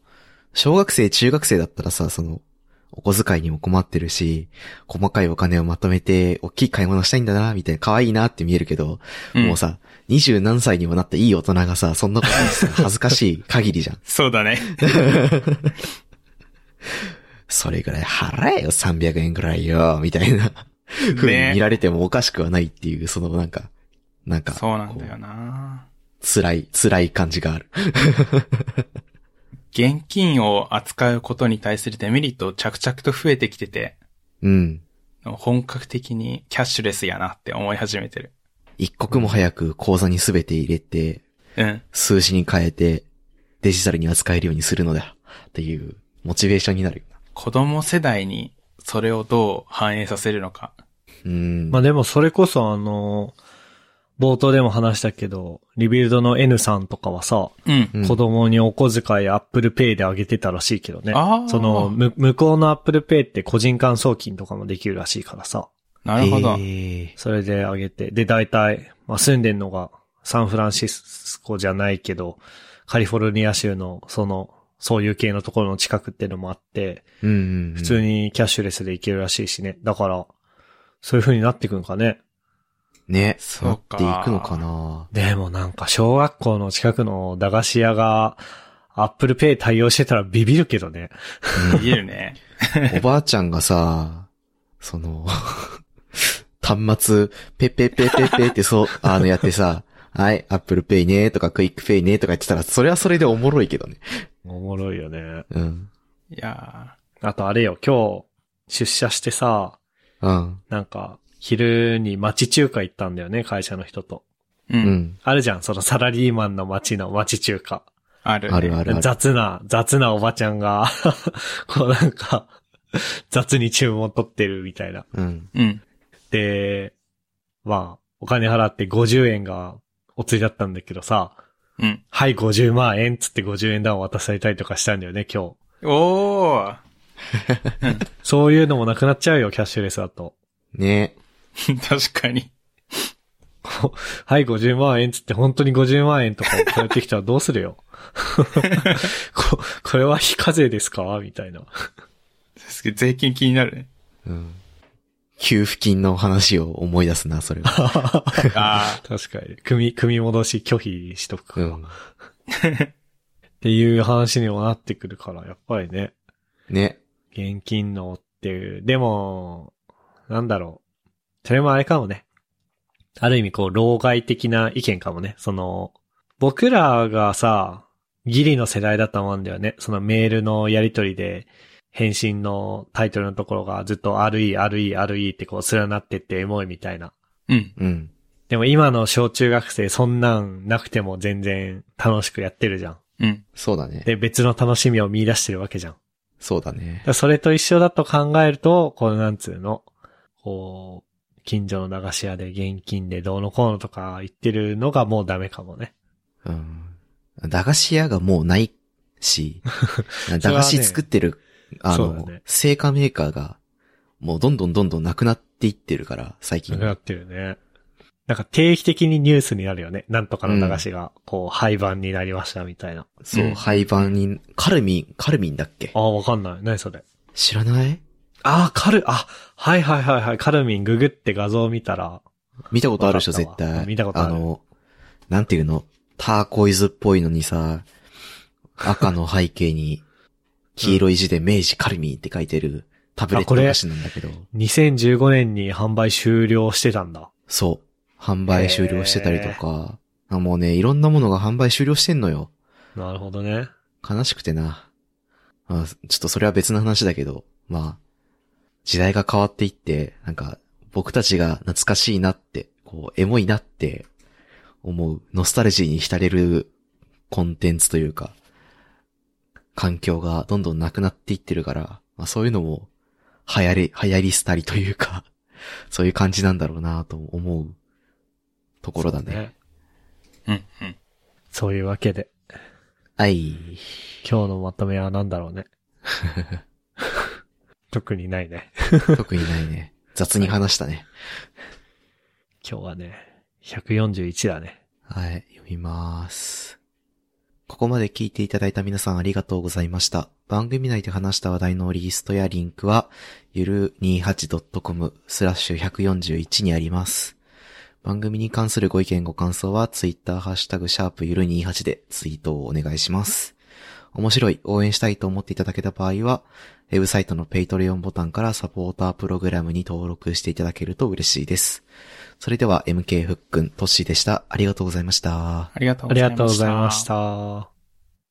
[SPEAKER 2] 小学生、中学生だったらさ、その、お小遣いにも困ってるし、細かいお金をまとめて、大きい買い物したいんだな、みたいな、可愛いなって見えるけど、
[SPEAKER 3] うん
[SPEAKER 2] もうさ、二十何歳にもなったいい大人がさ、そんなことに さ、恥ずかしい限りじゃん。
[SPEAKER 3] そうだ ね。
[SPEAKER 2] それぐらい払えよ、300円ぐらいよ、みたいな、ふうに見られてもおかしくはないっていう、そのなんか、なんか、
[SPEAKER 3] そうなんだよ
[SPEAKER 2] こ
[SPEAKER 3] な。
[SPEAKER 2] う辛い、辛い感じがある。
[SPEAKER 3] 現金を扱うことに対するデメリット着々と増えてきてて、
[SPEAKER 2] うん。
[SPEAKER 3] 本格的にキャッシュレスやなって思い始めてる。
[SPEAKER 2] 一刻も早く口座にすべて入れて、
[SPEAKER 3] うん。
[SPEAKER 2] 数字に変えて、デジタルに扱えるようにするのだ。っていう、モチベーションになるよな。
[SPEAKER 3] 子供世代にそれをどう反映させるのか。
[SPEAKER 2] うーん。
[SPEAKER 1] まあでもそれこそあの、冒頭でも話したけど、リビルドの N さんとかはさ、
[SPEAKER 3] うん。
[SPEAKER 2] うん
[SPEAKER 1] 子供にお小遣い Apple Pay であげてたらしいけどね。
[SPEAKER 3] あー
[SPEAKER 1] その、む向こうの Apple Pay って個人間送金とかもできるらしいからさ。
[SPEAKER 3] なるほど
[SPEAKER 2] へ。ー
[SPEAKER 1] それであげて。で、大体、まあ、住んでんのがサンフランシスコじゃないけど、カリフォルニア州のその、そういう系のところの近くっていうのもあって、
[SPEAKER 2] うんうん、
[SPEAKER 1] 普通
[SPEAKER 2] に。
[SPEAKER 1] にキャッシュレスでいけるらしいしね。だから、そういう風になってくんかね。
[SPEAKER 2] ね。
[SPEAKER 3] そ
[SPEAKER 2] そうう
[SPEAKER 3] か
[SPEAKER 2] か。っていくのかな
[SPEAKER 1] でもなんか小学校の近くの駄菓子屋が、アップルペイ対応してたらビビるけどね。
[SPEAKER 3] 言えるね。
[SPEAKER 2] おばあちゃんがさ、 その、端末、ペペペペペってそう、 あのやってさ、はい、アップルペイねとかクイックペイねとか言ってたら、それはそれでおもろいけどね。
[SPEAKER 1] おもろいよね。
[SPEAKER 2] うん。
[SPEAKER 3] いや
[SPEAKER 1] あとあれよ、今日、出社してさ、
[SPEAKER 2] うん。
[SPEAKER 1] なんか、昼に町中華行ったんだよね、会社の人と。
[SPEAKER 3] ーう。
[SPEAKER 2] うんん。
[SPEAKER 1] あるじゃん、そのサラリーマンの町の町中華。
[SPEAKER 3] ある、ね。
[SPEAKER 2] あるあるある。
[SPEAKER 1] 雑な、雑なおばちゃんが、 こうなんか、雑に注文取ってるみたいな。
[SPEAKER 2] うん。
[SPEAKER 3] うん。
[SPEAKER 1] で、まあ、お金払って50円がお釣りだったんだけどさ、
[SPEAKER 3] うん。
[SPEAKER 1] はい、50万円っつって50円玉渡されたりとかしたんだよね、今日。
[SPEAKER 3] おー。
[SPEAKER 1] そういうのもなくなっちゃうよ、キャッシュレスだと。
[SPEAKER 2] ね。
[SPEAKER 3] 確かに。
[SPEAKER 1] はい、50万円っつって本当に50万円とか送られてきたらどうするよ。 ここれは非課税ですかみ たいな。
[SPEAKER 3] すげえ税金気になるね。
[SPEAKER 2] うん。給付金の話を思い出すな、それは。
[SPEAKER 3] あ
[SPEAKER 1] 確かに。組み、組み戻し拒否しとくか、
[SPEAKER 2] う
[SPEAKER 1] っ
[SPEAKER 2] ん。
[SPEAKER 1] ていう話にもなってくるから、やっぱりね、
[SPEAKER 2] ね。
[SPEAKER 1] 現金のっていう。でも、なんだろう。それもあれかもね。ある意味こう、老害的な意見かもね。その、僕らがさ、ギリの世代だったもんだよね。そのメールのやりとりで、返信のタイトルのところがずっと RE、RE、RE ってこう連なってってエモいみたいな。
[SPEAKER 3] あ。うん。
[SPEAKER 2] うん。
[SPEAKER 1] でも今の小中学生そんなんなくても全然楽しくやってるじゃん。
[SPEAKER 3] うん。
[SPEAKER 2] そうだね。
[SPEAKER 1] で、別の楽しみを見出してるわけじゃん。だか
[SPEAKER 2] そうだね。
[SPEAKER 1] らそれと一緒だと考えると、このなんつうの、こう、近所の駄菓子屋で現金でどうのこうのとか言ってるのがもうダメかもね。
[SPEAKER 2] うん。駄菓子屋がもうないし、駄菓子作ってるあ
[SPEAKER 1] そう
[SPEAKER 2] の、
[SPEAKER 1] だね
[SPEAKER 2] 成果メーカーが、もうどんどんどんどんなくなっていってるから、最近
[SPEAKER 1] な。くなってるね。なんか定期的にニュースになるよね。なんとかの流しが、こう、廃盤になりましたみたいな。
[SPEAKER 2] そうう、
[SPEAKER 3] ん
[SPEAKER 2] 廃盤に、カルミン、カルミンだっけ
[SPEAKER 1] ああ、わかんない。何それ。
[SPEAKER 2] 知らない
[SPEAKER 1] ああ、カル、あ、はいはいはいはい。カルミンググって画像見たら、
[SPEAKER 2] 見たことあるでしょ、
[SPEAKER 1] わかったわ
[SPEAKER 2] 絶対。
[SPEAKER 1] 見たことある
[SPEAKER 2] の、なんていうのターコイズっぽいのにさ、赤の背景に、黄色い字で明治カルミンって書いてるタブレット
[SPEAKER 1] あこれ
[SPEAKER 2] の菓子なんだけど、
[SPEAKER 1] 2015年に販売終了してたんだ。
[SPEAKER 2] そう。販売終了してたりとか、あもうね、いろんなものが販売終了してんのよ。
[SPEAKER 1] なるほどね。
[SPEAKER 2] 悲しくてな。あちょっとそれは別の話だけど、まあ、時代が変わっていって、なんか、僕たちが懐かしいなって、こう、エモいなって思う、ノスタルジーに浸れるコンテンツというか、環境がどんどんなくなっていってるから、まあそういうのも、流行り、流行り廃りというか、そういう感じなんだろうなと思うところだね。
[SPEAKER 3] うん、うん。
[SPEAKER 1] そういうわけで、
[SPEAKER 2] はい。
[SPEAKER 1] 今日のまとめは何だろうね。特にないね。
[SPEAKER 2] 特にないね。雑に話したね。
[SPEAKER 1] 今日はね、141だね。
[SPEAKER 2] はい、読みます。ここまで聞いていただいた皆さんありがとうございました。番組内で話した話題のリストやリンクは、ゆる 28.com スラッシュ141にあります。番組に関するご意見ご感想は、ツイッターハッシュタグシャープゆる28でツイートをお願いします。面白い、応援したいと思っていただけた場合は、ウェブサイトのペイトレオンボタンからサポータープログラムに登録していただけると嬉しいです。それでは MK ふっくん、トッシーでした。ありがとうございました。
[SPEAKER 3] ありがとう
[SPEAKER 1] あ
[SPEAKER 3] ご
[SPEAKER 1] り
[SPEAKER 3] ざいま
[SPEAKER 1] がと
[SPEAKER 3] した。
[SPEAKER 1] うございまし。た。